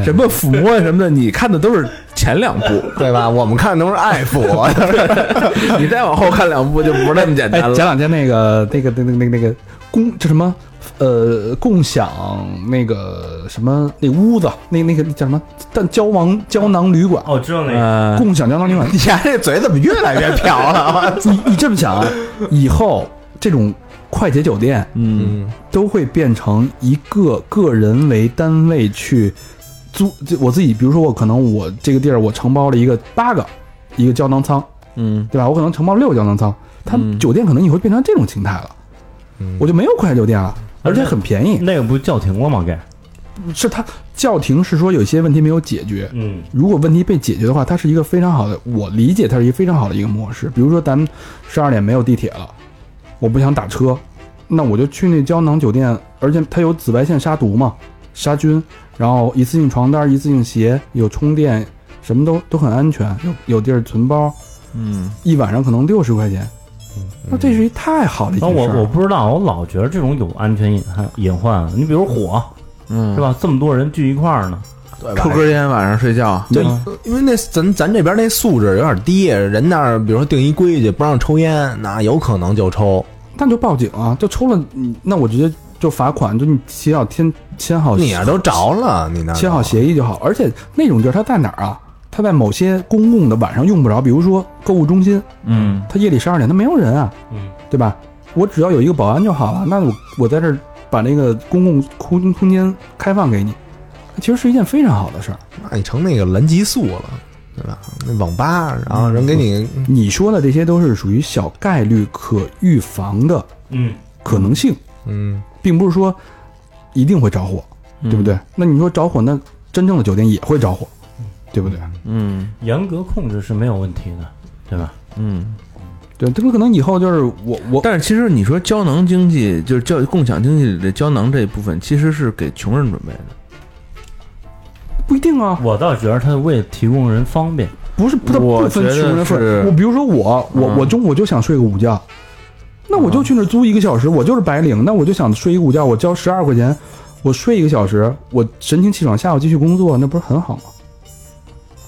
F: 什么抚摸什么的，你看的都是前两部，
E: 对吧？我们看的都是爱抚， <laughs>
F: 你再往后看两部就不是那么简单，
B: 哎
C: 嗯
F: 了。
B: 前两天那个、那个、那个、那个、那个公叫什么？呃，共享那个什么那屋子，那那个叫什么？但胶囊胶囊旅馆，
D: 哦，知道那个，
C: 呃，
B: 共享胶囊旅馆。
E: 你家这嘴怎么越来越瓢了？
B: 你你这么想啊？以后这种快捷酒店，
C: 嗯，
B: 都会变成一个个人为单位去租。就我自己，比如说我可能我这个地儿我承包了一个八个一个胶囊舱，
C: 嗯，
B: 对吧？我可能承包六个胶囊舱，他们
C: 嗯
B: 酒店可能以后变成这种形态了，我就没有快捷酒店了，而且很便宜。
D: 那个不叫停过吗？给，
B: 是它叫停是说有些问题没有解决，
D: 嗯
B: 如果问题被解决的话，它是一个非常好的，我理解它是一个非常好的一个模式。比如说咱们十二点没有地铁了，我不想打车，那我就去那胶囊酒店，而且它有紫外线杀毒嘛，杀菌，然后一次性床单、一次性鞋，有充电，什么都都很安全，有有地儿存包，
C: 嗯，
B: 一晚上可能六十块钱，那这是一太好的一
D: 但
B: 件事
D: 我
B: 儿
D: 我不知道，我老觉得这种有安全隐患隐患。你比如火，
C: 嗯
D: 是吧？这么多人聚一块儿呢，
E: 对
C: 抽
E: 吧？
C: 根烟晚上睡觉，
E: 对，因为那咱咱这边那素质有点低，人那儿比如说定一规矩不让抽烟，那有可能就抽。
B: 但就报警啊，就抽了，嗯那我直接就罚款，就你写好签签好
E: 你那儿都着了，你那儿
D: 啊
E: 都
B: 签好协议就好。而且那种地儿它在哪儿啊？它在某些公共的晚上用不着，比如说购物中心，
C: 嗯，
B: 它夜里十二点它没有人啊，
D: 嗯，
B: 对吧？我只要有一个保安就好了。那我我在这儿把那个公共空空间开放给你，其实是一件非常好的事儿。
E: 那你成那个蓝极速了，对吧？那网吧，然后人给你
B: 你说的这些都是属于小概率可预防的
D: 嗯，
B: 可能性，
E: 嗯
B: 并不是说一定会着火，
D: 嗯
B: 对不对？那你说着火，那真正的酒店也会着火，对不对？
C: 嗯
D: 严格控制是没有问题的，对吧？
C: 嗯。
B: 对，这个可能以后就是我我
C: 但是其实你说胶囊经济，就是胶共享经济里的胶囊这一部分，其实是给穷人准备的。
B: 不一定啊，
D: 我倒觉得他为了提供人方便，
B: 不是不它
C: 我
B: 不分
C: 觉
B: 穷
C: 得
B: 人富
C: 是
B: 人。我比如说我我
C: 嗯
B: 我中午就想睡个午觉，那我就去那儿租一个小时，我就是白领，那我就想睡一个午觉，我交十二块钱，我睡一个小时，我神清气爽，下午继续工作，那不是很好吗？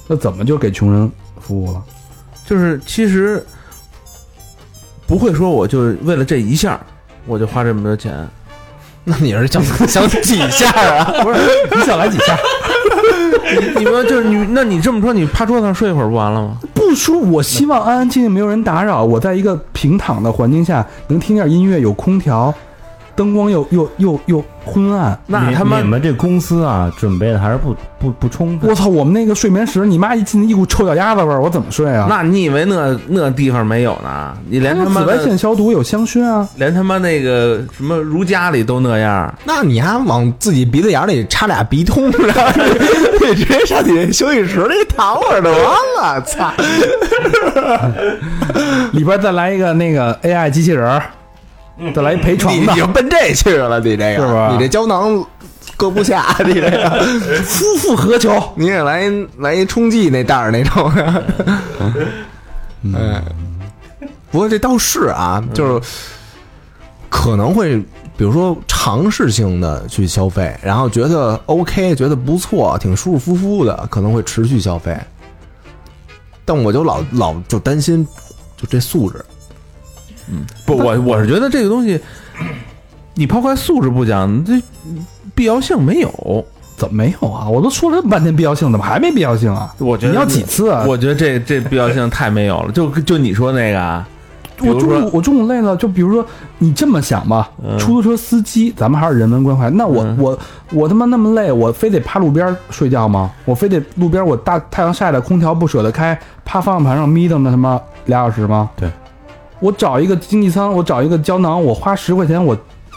B: 那怎么就给穷人服务了？
C: 就是其实不会说，我就为了这一下儿我就花这么多钱。
E: <laughs> 那你是想 <laughs> 想几下啊？
C: 不是你想来几下？你们就是你，那你这么说，你趴桌子上睡一会儿不完了吗？
B: 不说，我希望安安静静，没有人打扰，我在一个平躺的环境下，能听点音乐，有空调，灯光又又又又昏暗，
C: 那
D: 你
C: 他妈
D: 你们这公司啊，准备的还是不不不充分
B: 我。操！我们那个睡眠室，你妈一进一股臭脚丫子味儿，我怎么睡啊？
C: 那你以为那那地方没有呢？你连
B: 它有
C: 他妈
B: 紫外
C: 的
B: 线消毒有香薰 <laughs> 啊，
C: 连他妈那个什么儒家里都那样儿，
E: <laughs> 那你还往自己鼻子眼里插俩鼻通，然后 <laughs> 你直接上你休息室里躺会儿就完了。操！
B: 里边再来一个那个 AI 机器人儿，
C: 嗯
B: 再来一陪床
E: 你
B: 的
E: 你，就奔这去了，你这个
B: 是吧
E: 你这胶囊搁不 <laughs> 下，你这个夫复何求？你也来一来一冲剂那袋儿那种的，嗯 <laughs> 哎，不过这倒是啊，就是可能会。比如说尝试性的去消费，然后觉得 OK，觉得不错，挺舒舒服服的，可能会持续消费。但我就老老就担心，就这素质，
C: 不，我我是觉得这个东西，你抛开素质不讲，这必要性没有。
B: 怎么没有啊？我都说了这么半天必要性，怎么还没必要性啊？
C: 我觉得
B: 你要几次啊？
C: 我觉得这这必要性太没有了。就就你说那个啊，比
B: 我
C: 如
B: 中
C: 说
B: 午我中午累了，就比如说你这么想吧，
C: 嗯
B: 出租车司机，咱们还是人文关怀。那我、
C: 嗯
B: 我我他妈那么累，我非得趴路边儿睡觉吗？我非得路边儿我大太阳晒的，空调不舍得开，趴方向盘上眯瞪那他妈俩小时吗？
F: 对，
B: 我找一个经济舱，我找一个胶囊，我花十块钱，我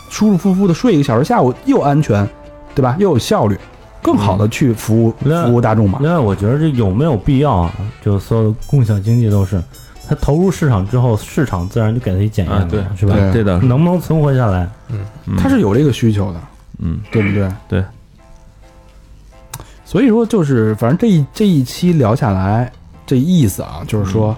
B: 舒舒服服的睡一个小时，下午又安全，对吧？又有效率，更好
C: 嗯
B: 的去服务、
D: 那
B: 服务大众嘛。
D: 另外，我觉得这有没有必要啊？就所有的共享经济都是，它投入市场之后，市场自然就给它一检验了，
C: 啊对
D: 是吧？
C: 这倒是，
D: 能不能存活下来？
C: 嗯
B: 他是有这个需求的，
C: 嗯，
B: 对不对？
C: 对。
B: 所以说，就是反正这一这一期聊下来，这意思啊，就是说，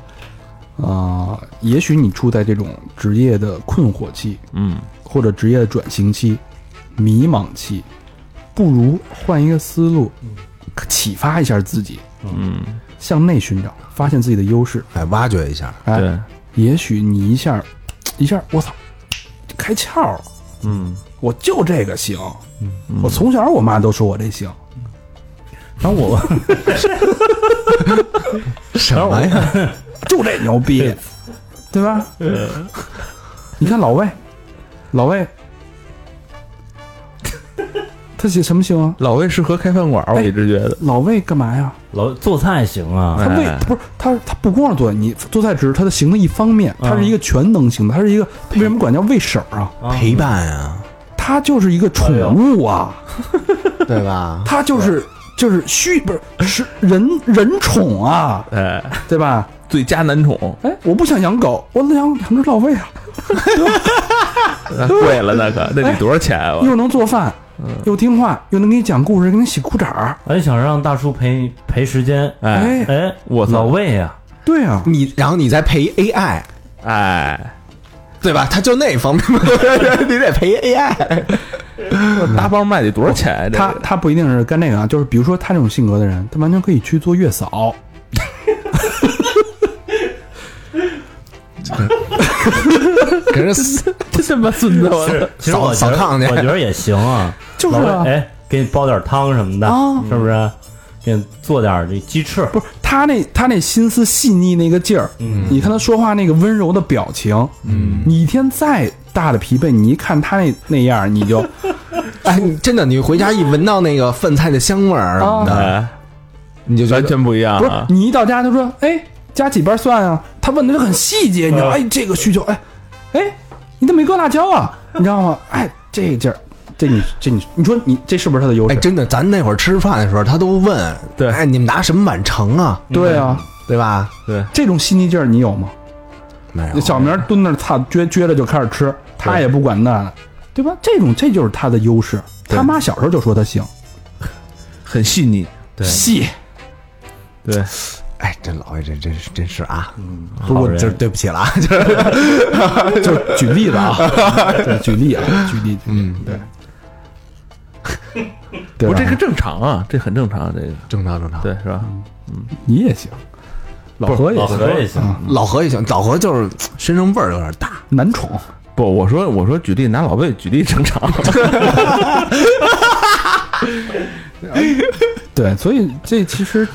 B: 啊、也许你处在这种职业的困惑期，
C: 嗯，
B: 或者职业的转型期、迷茫期，不如换一个思路，启发一下自己，
C: 嗯，
B: 向内寻找，发现自己的优势。
E: 哎，挖掘一下，
B: 哎，
C: 对，
B: 也许你一下，一下，我操，开窍了。
C: 嗯，
B: 我就这个行，我从小我妈都说我这行，
C: 嗯
D: 然后我
E: 什么呀？
B: 就这牛逼，对吧？你看老魏，老魏，他写什么行啊？
C: 老魏适合开饭馆，我一直觉得。
B: 老魏干嘛呀？
D: 老做菜行啊，
B: 他为
C: 哎
B: 不是他，他不光是做你做菜只是他的行的一方面，他是一个全能型的，他是一个为什么管叫魏婶儿啊？
E: 陪伴啊，
B: 他就是一个宠物啊，
E: 对吧？
B: 他就是就是虚不是是人人宠啊，
C: 哎，
B: 对吧？
C: 最佳男宠，
B: 哎，我不想养狗，我想养只老魏啊，
C: 那贵了那可，那得多少钱啊？
B: 又能做饭，又听话，又能给你讲故事，给你洗裤衩儿。
D: 哎，想让大叔陪陪时间，
C: 哎
B: 哎，
D: 哎，
C: 我操
D: 老魏呀、
B: 对啊，
E: 你然后你再陪 AI，
C: 哎，
E: 对吧？他就那方面， <laughs> 你得陪 AI。
C: 大包卖得多少钱啊？这
B: 他
C: 个
B: 他不一定是干这个啊，就是比如说他这种性格的人，他完全可以去做月嫂。
E: 可是
C: 真他妈孙子！我操
D: 其实我觉
E: 扫
D: 得
E: 扫炕去
D: 我觉得也行啊，
B: 就是啊
D: 老魏哎，给你煲点汤什么的，
B: 啊
D: 是不是？给你做点这鸡翅，
B: 不是他那他那心思细腻那个劲儿，你看他说话那个温柔的表情，嗯，你一天再大的疲惫，你一看他那那样儿，你就
E: 哎，你真的，你回家一闻到那个饭菜的香味儿什么的，
C: 哎，
E: 你就觉
C: 完
E: 得
C: 全不一样
B: 不是
C: 啊！
B: 你一到家他说哎加几瓣蒜啊，他问的就很细节，你知道
D: 嗯
B: 哎这个需求哎哎你怎么没搁辣椒啊？你知道吗？哎这劲儿。这你这你你说你这是不是他的优势？
E: 哎，真的，咱那会儿吃饭的时候，他都问，
C: 对
E: 哎，你们拿什么碗盛啊？
B: 对啊，
E: 对吧？
C: 对，
B: 这种细腻劲儿你有吗？
E: 没有
B: 那，小明蹲那儿操撅撅着就开始吃，他也不管那，对吧？这种这就是他的优势。
C: 对
B: 他妈小时候就说他行，
C: 很细腻，
D: 对
B: 细，
C: 对，
E: 哎，这老魏，这真是真是啊，
D: 好
E: 我
D: 人
E: 就是对不起了啊，就是
B: 就是举例子啊，对举例啊，举例，嗯，对，对
C: 不
B: 吧
C: 是这个正常啊，这很正常啊，这个
E: <laughs> 正常正常。
C: 对是吧？
B: 你也行，老何也
D: 老何也
B: 行，
D: 行，
E: 老何也行，老何就是身上味儿有点大，
B: 男宠，
C: 不，我说我说举例拿老魏举例正常，
B: 对，所以这其实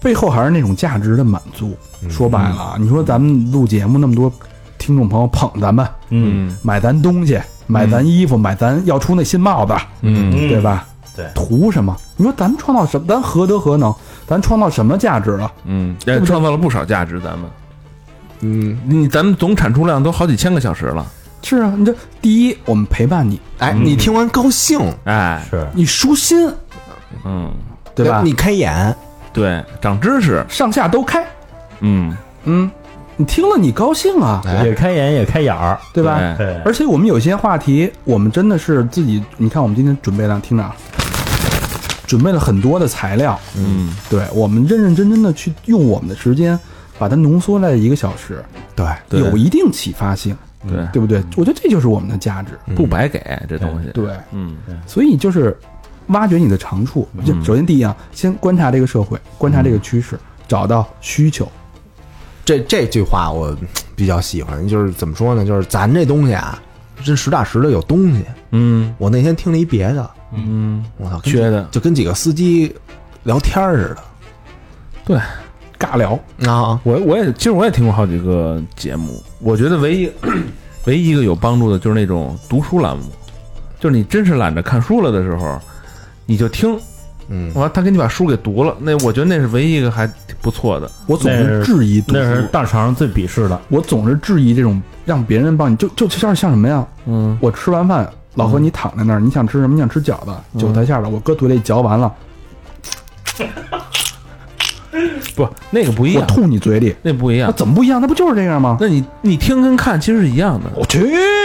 B: 背后还是那种价值的满足。说白了啊，你说咱们录节目那么多听众朋友捧咱们，
D: 嗯，
B: 买咱东西，买咱衣服，买咱要出那新帽子，
C: 嗯
B: 对吧？
D: 对
B: 图什么？你说咱们创造什么？咱何德何能？咱创造什么价值了？
C: 嗯，哎
B: 不对
C: 创造了不少价值，咱们。
E: 嗯，
C: 你咱们总产出量都好几千个小时了，
B: 是啊，你这第一，我们陪伴你，
E: 哎，你听完高兴，
C: 哎，
D: 是
B: 你舒心，
C: 嗯，
B: 对吧？
E: 你开眼，
C: 对，长知识，
B: 上下都开，
C: 嗯，
B: 嗯，你听了你高兴啊，
E: 哎
D: 也开眼也开眼儿，
B: 对吧？
C: 对
D: 对，
B: 而且我们有些话题，我们真的是自己，你看我们今天准备了，听着啊，准备了很多的材料，
C: 嗯，
B: 对我们认认真真的去用我们的时间，把它浓缩在一个小时，
E: 对，
C: 对
B: 有一定启发性，
C: 对，
B: 对不
D: 嗯
B: 对？我觉得这就是我们的价值，
C: 不白给这东西，，
B: 对。
C: 嗯，
B: 所以就是挖掘你的长处。就
D: 嗯
B: 首先第一啊，先观察这个社会，观察这个趋势，
D: 嗯
B: 找到需求。
E: 这这句话我比较喜欢，就是怎么说呢？就是咱这东西啊，真实打实的有东西。
C: 嗯
E: 我那天听了一别的，
C: 嗯，
E: 我操，跟
C: 缺的，
E: 就跟几个司机聊天儿似
B: 尬聊，
E: 的啊。
C: 我我也其实我也听过好几个节目，我觉得唯一唯一一个有帮助的就是那种读书栏目，就是你真是懒得看书了的时候，你就听，
E: 嗯，
C: 完了他给你把书给读了，那我觉得那是唯一一个还挺不错的。
B: 我总是
D: 那是
B: 质疑读
D: 那是
B: 书，
D: 大肠上最鄙视的。
B: 我总是质疑这种让别人帮你，就就就像像什么呀？
C: 嗯，
B: 我吃完饭，老何你躺在那儿，你想吃什么？你想吃饺子，韭菜馅儿的，我搁嘴里嚼完了，
C: 不，那个不一
B: 我
C: 样，
B: 吐你嘴里，
C: 那不一
B: 那
C: 样。
B: 怎么不一样？那不就是这样吗？
C: 那你你听跟看其实是一样的。
B: 我去，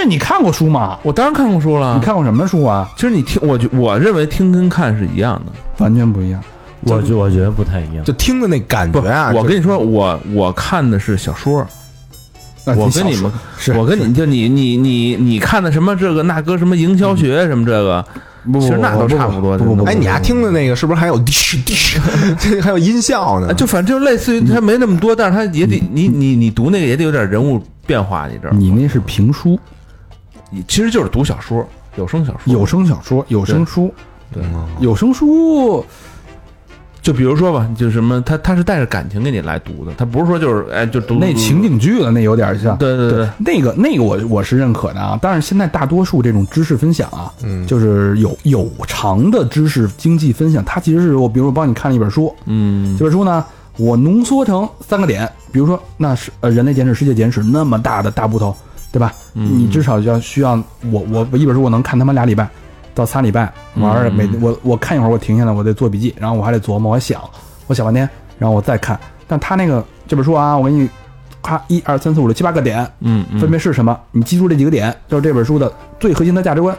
B: 你看过书吗？
C: 我当然看过书了，
B: 你，看过什么书啊？
C: 其实你听，我就我认为听跟看是一样的。
B: 完全不一样。
D: 我觉我觉得不太一样，
E: 就听的那感
C: 不
E: 觉啊，
C: 我
E: 就
C: 跟你说，我我看的是小说，
B: 那
C: 我
B: 小
C: 啊跟你
B: 说
C: 们，
B: 是
C: 我跟你就你你你你看的什么这个那个什么营销学什么这个，
B: 不
C: 其实那
B: 不
C: 都
B: 不
C: 差
B: 不
C: 不多。
B: 不不
C: 真的
E: 哎，你还听的那个是不是还有滴滴， <laughs> 这还有音效呢？
C: 啊就反正就类似于它没那么多，但是它也得你你你读那个也得有点人物变化，你知道吗？
B: 你那是评书、
C: 你其实就是读小说，有声小说。
B: 有声小说、有声书，
C: 对，
B: 有声书
C: 就比如说吧，就什么，他他是带着感情给你来读的，他不是说就是哎就读
B: 那情景剧了，那有点像。
C: 对对
B: 对
C: 对，
B: 那个那个我我是认可的啊。但是现在大多数这种知识分享啊，
E: 嗯
B: 就是有有偿的知识经济分享，它其实是我，比如我帮你看了一本书，
C: 嗯
B: 这本书呢，我浓缩成三个点，比如说那是呃人类简史、世界简史那么大的大部头，对吧？
C: 嗯
B: 你至少就要需要我我我一本书我能看他妈俩礼拜到仨礼拜，完了
C: 嗯
B: 每我我看一会儿我停下来我得做笔记，然后我还得琢磨我还想我想半天，然后我再看。但他那个这本书啊，我给你咔一二三四五六七八个点，
C: 嗯嗯，
B: 分别是什么？你记住这几个点，就是这本书的最核心的价值观。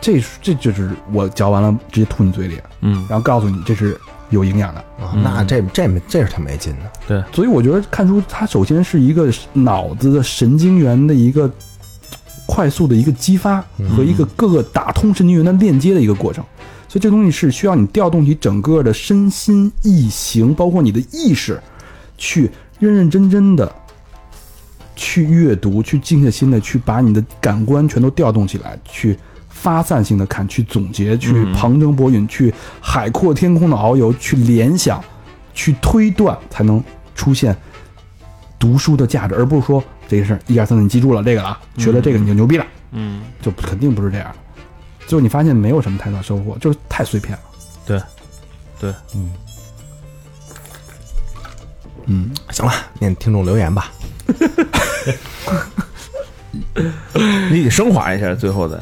B: 这这就是我嚼完了直接吐你嘴里，
C: 嗯
B: 然后告诉你这是有营养的。
E: 啊那这这没这是挺没劲的。
B: 所以我觉得看书，它首先是一个脑子的神经元的一个快速的一个激发和一个各个打通神经元的链接的一个过程。所以这东西是需要你调动起整个的身心意行，包括你的意识，去认认真真的去阅读，去静下心的去把你的感官全都调动起来，去发散性的看，去总结，去旁征博引，去海阔天空的遨游，去联想，去推断，才能出现读书的价值，而不是说这个事儿一二三四你记住了这个了啊，学了这个你就牛逼了，
C: 嗯，
B: 就肯定不是这样的。最后你发现没有什么太大收获，就是太碎片了。
C: 对对，
B: 嗯，
E: 行了，念听众留言吧。
C: 你得升华一下，最后再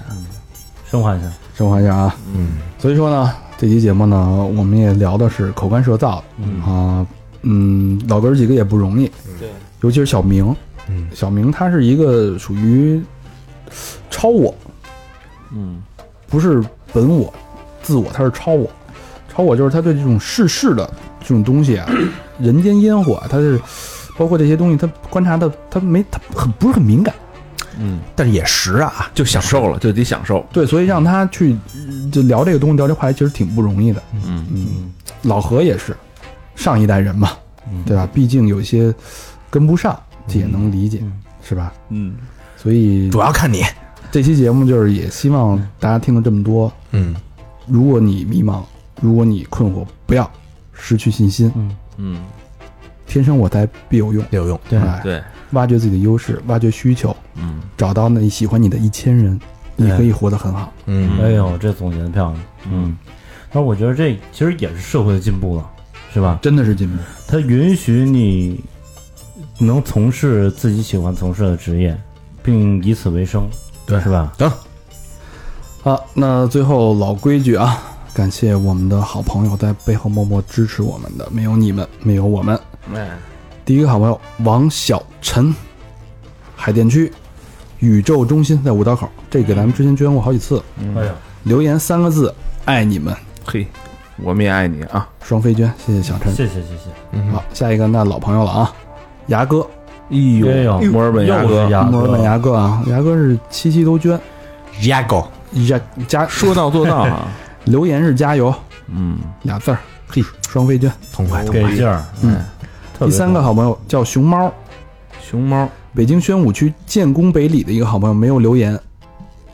D: 升华一下。
B: 升华一下啊。嗯，所以说呢，这期节目呢，我们也聊的是口干舌燥的，嗯啊，嗯，老哥儿几个也不容易，
C: 对，
B: 尤其是小明，
E: 嗯，
B: 小明他是一个属于超我，
C: 嗯
B: 不是本我、自我，他是超我。超我就是他对这种世事的这种东西啊，人间烟火啊，他是包括这些东西，他观察的他没他很不是很敏感。
C: 嗯，
E: 但是也实啊，
C: 就享受了，就得享受。
B: 对，所以让他去嗯就聊这个东西，聊这话题其实挺不容易的。
C: 嗯
B: 嗯，老何也是上一代人嘛，对吧？毕竟有些跟不上，这也能理解，是吧？
C: 嗯，
B: 所以
E: 主要看你。
B: 这期节目就是也希望大家听了这么多，
E: 嗯，
B: 如果你迷茫，如果你困惑，不要失去信心，
C: 嗯，
B: 天生我材必有用。
E: 有用。
D: 对
B: 哎
C: 对，
B: 挖掘自己的优势，挖掘需求，
C: 嗯，
B: 找到那喜欢你的一千人，你
D: 对
B: 可以活得很好。
E: 嗯
D: 哎呦，这总结的漂亮。嗯，但是我觉得这其实也是社会的进步了，是吧？
B: 真的是进步，
D: 它允许你能从事自己喜欢从事的职业，并以此为生，对，是吧？
B: 好，那最后老规矩啊，感谢我们的好朋友在背后默默支持我们的，没有你们，没有我们。
C: 哎，
B: 第一个好朋友王小晨，海淀区宇宙中心在五道口，这给咱们之前捐过好几次。
D: 哎呀，
B: 留言三个字：爱你们。
C: 嘿，我们也爱你啊！
B: 双飞捐，谢谢小陈。
D: 谢谢谢谢，
B: 好，下一个那老朋友了啊，牙哥，
C: 哎
D: 哎呦
C: 墨尔本牙
D: 又
C: 哥
D: 是，牙哥
B: 墨尔本牙哥啊，牙哥是七七都捐，
E: Yago，
B: 加加
C: 说到做到啊！
B: 留言是加油
C: 嗯，
B: 俩字儿，嘿，双飞捐。
E: 痛快痛
D: 给
E: 快，
D: 劲儿，
B: 嗯
D: 哎，特别
B: 第三个好朋友叫熊猫，
C: 熊猫，
B: 北京宣武区建工北里的一个好朋友没有留言，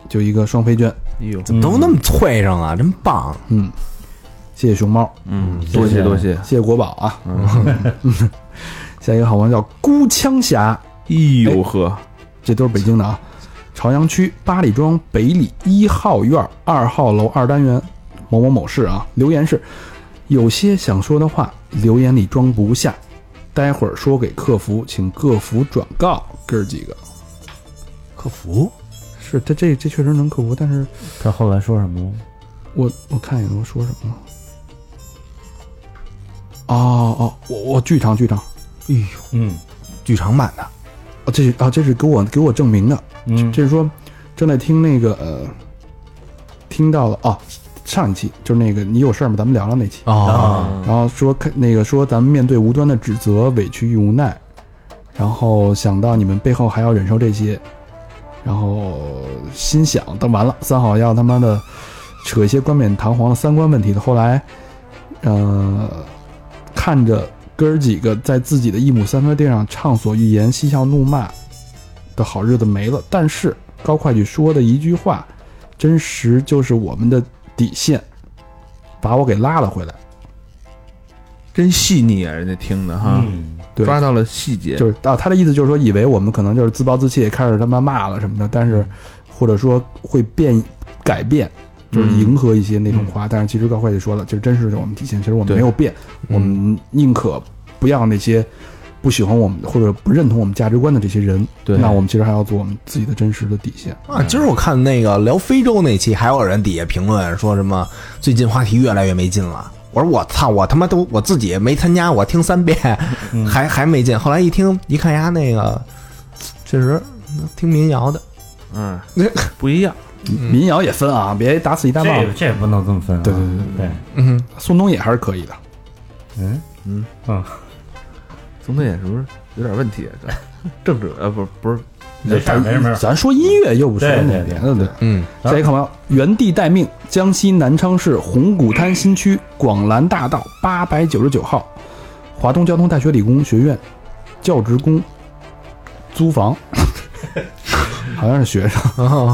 B: 就一个双飞捐，
C: 哎呦，
D: 嗯
E: 都那么脆上啊，真棒！
B: 嗯，谢谢熊猫，
C: 嗯，多谢多谢，
B: 谢谢国宝啊。 <laughs> 下一个好朋友叫孤枪侠，
C: 哎呦呵，
B: 这都是北京的啊，朝阳区八里庄北里一号院二号楼二单元某某某室啊。留言是有些想说的话，留言里装不下，待会儿说给客服，请客服转告哥儿几个。
E: 客服
B: 是他这这确实能克服，但是
D: 他后来说什么了？
B: 我我看一眼我说什么了。哦哦，我我剧场剧场，
D: 嗯
E: 剧场版的，
B: 哦这是啊这是给我给我证明的，
D: 嗯，
B: 这是说正在听那个呃，听到了哦，上一期就是那个你有事儿吗？咱们聊聊那期。
E: 哦
D: 啊，
B: 然后说看那个说咱们面对无端的指责、委屈与无奈，然后想到你们背后还要忍受这些，然后心想，但完了，三好要他妈的扯一些冠冕堂皇的三观问题的。后来，呃，看着哥儿几个在自己的一亩三分地上畅所欲言、嬉笑怒骂的好日子没了，但是高会计说的一句话，真实就是我们的底线，把我给拉了回来。
C: 真细腻啊，人家听的哈，
D: 嗯，
B: 对
C: 抓到了细节，
B: 就是啊，他的意思就是说，以为我们可能就是自暴自弃，开始他妈骂了什么的，但
D: 嗯
B: 是或者说会变改变，就是迎合一些那
D: 嗯
B: 种话。但是其实高会计说了，就是真实的我们底线，其实我们
C: 对
B: 没有变，
D: 嗯
B: 我们宁可不要那些不喜欢我们或者不认同我们价值观的这些人。
C: 对
B: 那我们其实还要做我们自己的真实的底线。
E: 啊，今儿我看那个聊非洲那期，还有人底下评论说什么最近话题越来越没劲了。我说我操，我他妈都我自己没参加，我听三遍 <laughs> 还还没劲。后来一听一看呀，那个确实听民谣的，
C: 嗯，
E: <laughs>
C: 不一样，
B: 民谣也分啊，别打死一大棒
D: 嗯这。这不能这么分啊，
B: 对对对
D: 对，
E: 嗯，
B: 宋冬野还是可以的，
D: 嗯
C: 嗯
D: 嗯，
C: 总得也是不是有点问题啊？这政治呃，不是不是，
D: 没事儿没事儿没事儿，
B: 咱说音乐又不说
D: 对
B: 那
D: 对
B: 别
D: 对
B: 的，对。
E: 嗯，
B: 下一个朋友，原地待命，江西南昌市红谷滩新区广兰大道八百九十九号，华东交通大学理工学院教职工租房，好像是学生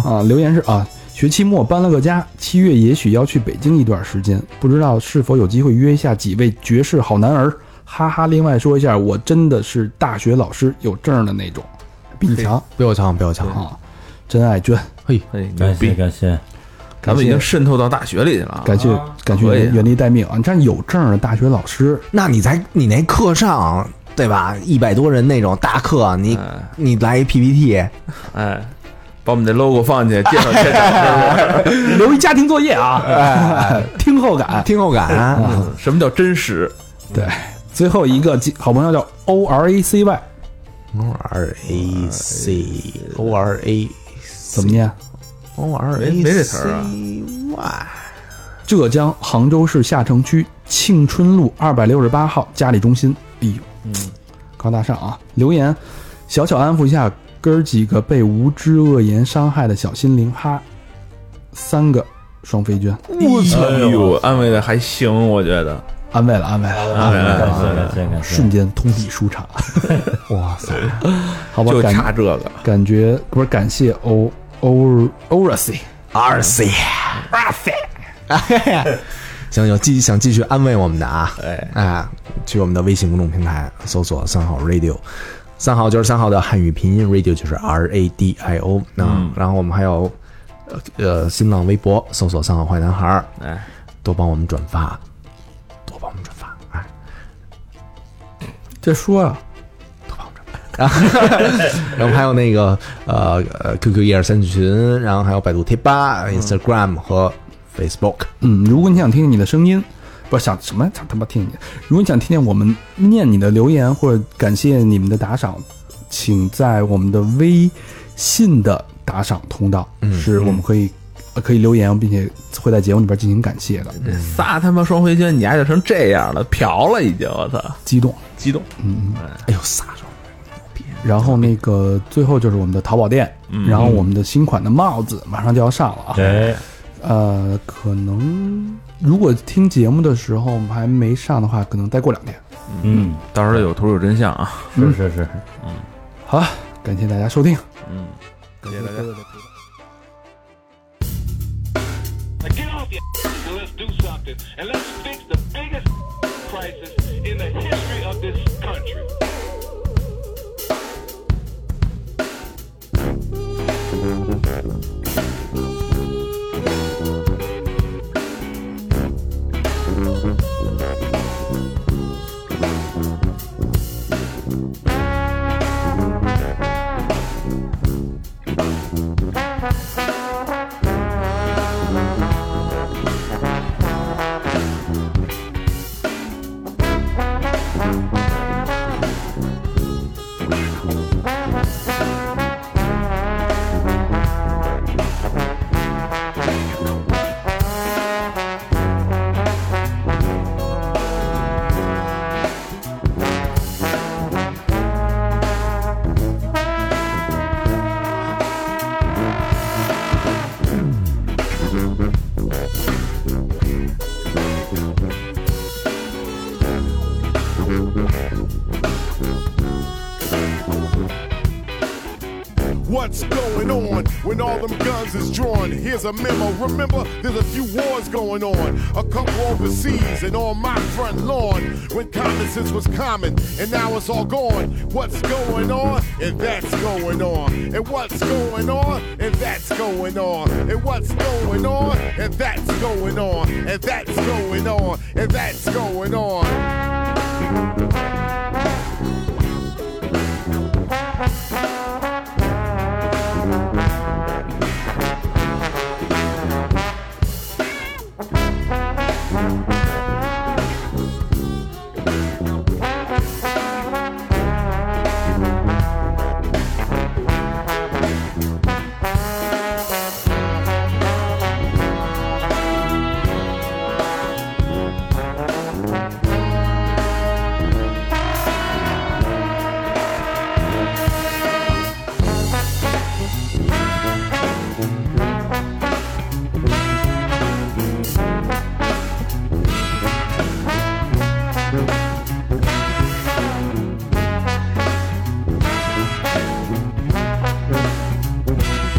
B: 啊。留言是啊，学期末搬了个家，七月也许要去北京一段时间，不知道是否有机会约一下几位绝世好男儿，哈哈。另外说一下，我真的是大学老师，有证儿的那种，比你强
E: 不要抢，不要抢，
B: 啊。真爱捐，
C: 哎，牛
D: 感谢
C: 逼，
D: 感谢，
C: 咱们已经渗透到大学里去了啊，
B: 感谢感谢
C: 可以
B: 原原地待命啊！你看有证儿的大学老师，
E: 那你在你那课上对吧？一百多人那种大课，你
C: 哎
E: 你来一 PPT，
C: 哎，把我们这 logo 放进去，介绍介绍，
B: <laughs> 留一家庭作业啊，听后感。
E: 听后感，啊
C: 什么叫真实？
B: <laughs> 对，最后一个好朋友叫 O R A C Y，
E: O R A C O R A
B: 怎么念？啊
E: O R A
C: 没没这词儿啊
E: Y
B: 浙江杭州市下城区庆春路二百六十八号嘉里中心。哎呦，嗯，高大上啊！留言，小小安抚一下哥儿几个被无知恶言伤害的小心灵哈。三个双飞捐，
E: 我操！
C: 哎呦，安慰的还行，我觉得，
B: 安慰了，安慰了，
D: 感谢感谢感谢，
B: 瞬间通体舒畅。
E: 哇塞！
B: 好吧，
C: 就
B: 感
C: 差这个，
B: 感觉不是感谢欧欧欧 r c
E: 二 C，二 C，行， <laughs> 有继想继续安慰我们的啊，
C: 哎
E: 啊，去我们的微信公众平台搜索“三好 radio”，三好就是三好的汉语拼音，radio 就是 R A D I O 啊
C: 嗯。
E: 然后我们还有呃呃新浪微博搜索“三好坏男孩儿
C: 哎，”，
E: 多帮我们转发，多帮我们转发，哎，
B: 这说啊，
E: 然后还有那个呃呃 QQ 一二三群，然后还有百度贴吧、Instagram 和 Facebook。
B: 嗯，如果你想听你的声音，不是想什么他他妈听你。如果你想听见我们念你的留言或者感谢你们的打赏，请在我们的微信的打赏通道，是我们可以、呃可以留言，并且会在节目里边进行感谢的。
C: 嗯
F: 这仨他妈双飞娟，你丫就成这样了，嫖了已经，我操，
B: 激动，
F: 激动！
B: 嗯。嗯
E: 哎呦，撒手！
B: 然后那个最后就是我们的淘宝店，然后我们的新款的帽子马上就要上了啊。
D: 哎，
B: 呃，可能如果听节目的时候还没上的话，可能再过两天。
D: 嗯，
C: 到时候有图有真相啊！
D: 是是是。
B: 好了，感谢大家收听。
C: 嗯，感谢大家。
G: Now get off your and let's do something. And let's fix the biggest crisis in the history of this country.
H: What's going on when all them guns is drawn? Here's a memo. Remember, there's a few wars going on. A couple overseas and on my front lawn. When common sense was common and now it's all gone. What's going on? And that's going on. And what's going on? And that's going on. And what's going on? And that's going on. And that's going on. And that's going on.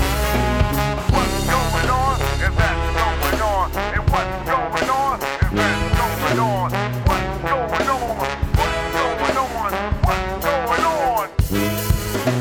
H: What's going on? And that's going on. And what's going on? And that's going on. What's going on? What's going on? What's going on?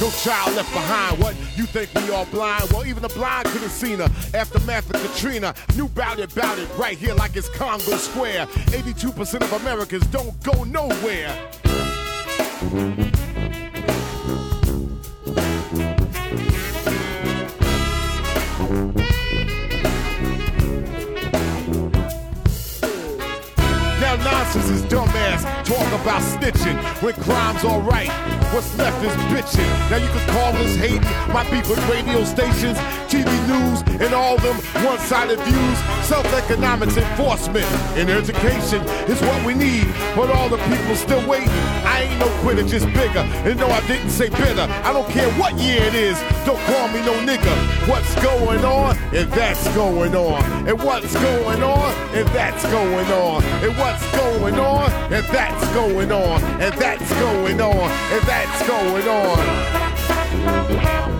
H: No child left behind. What? You think we all blind? Well, even the blind could have seen her. Aftermath of Katrina. Knew bout it, bout it. Right here like it's Congo Square. 82% of Americans don't go nowhere. Now nonsense is dumbass talk about snitching when crime's alright. What's left is bitching. Now you can call us hating. My beef with radio stations, TV news, and all them one-sided views. Self-economics enforcement and education is what we need. But all the people still waiting. I ain't no quitter, just bigger. And no, I didn't say bitter. I don't care what year it is. Don't call me no nigga. What's going on? And that's going on. And what's going on? And that's going on. And what's going on? And that's going on. And that's going on. And that's going on.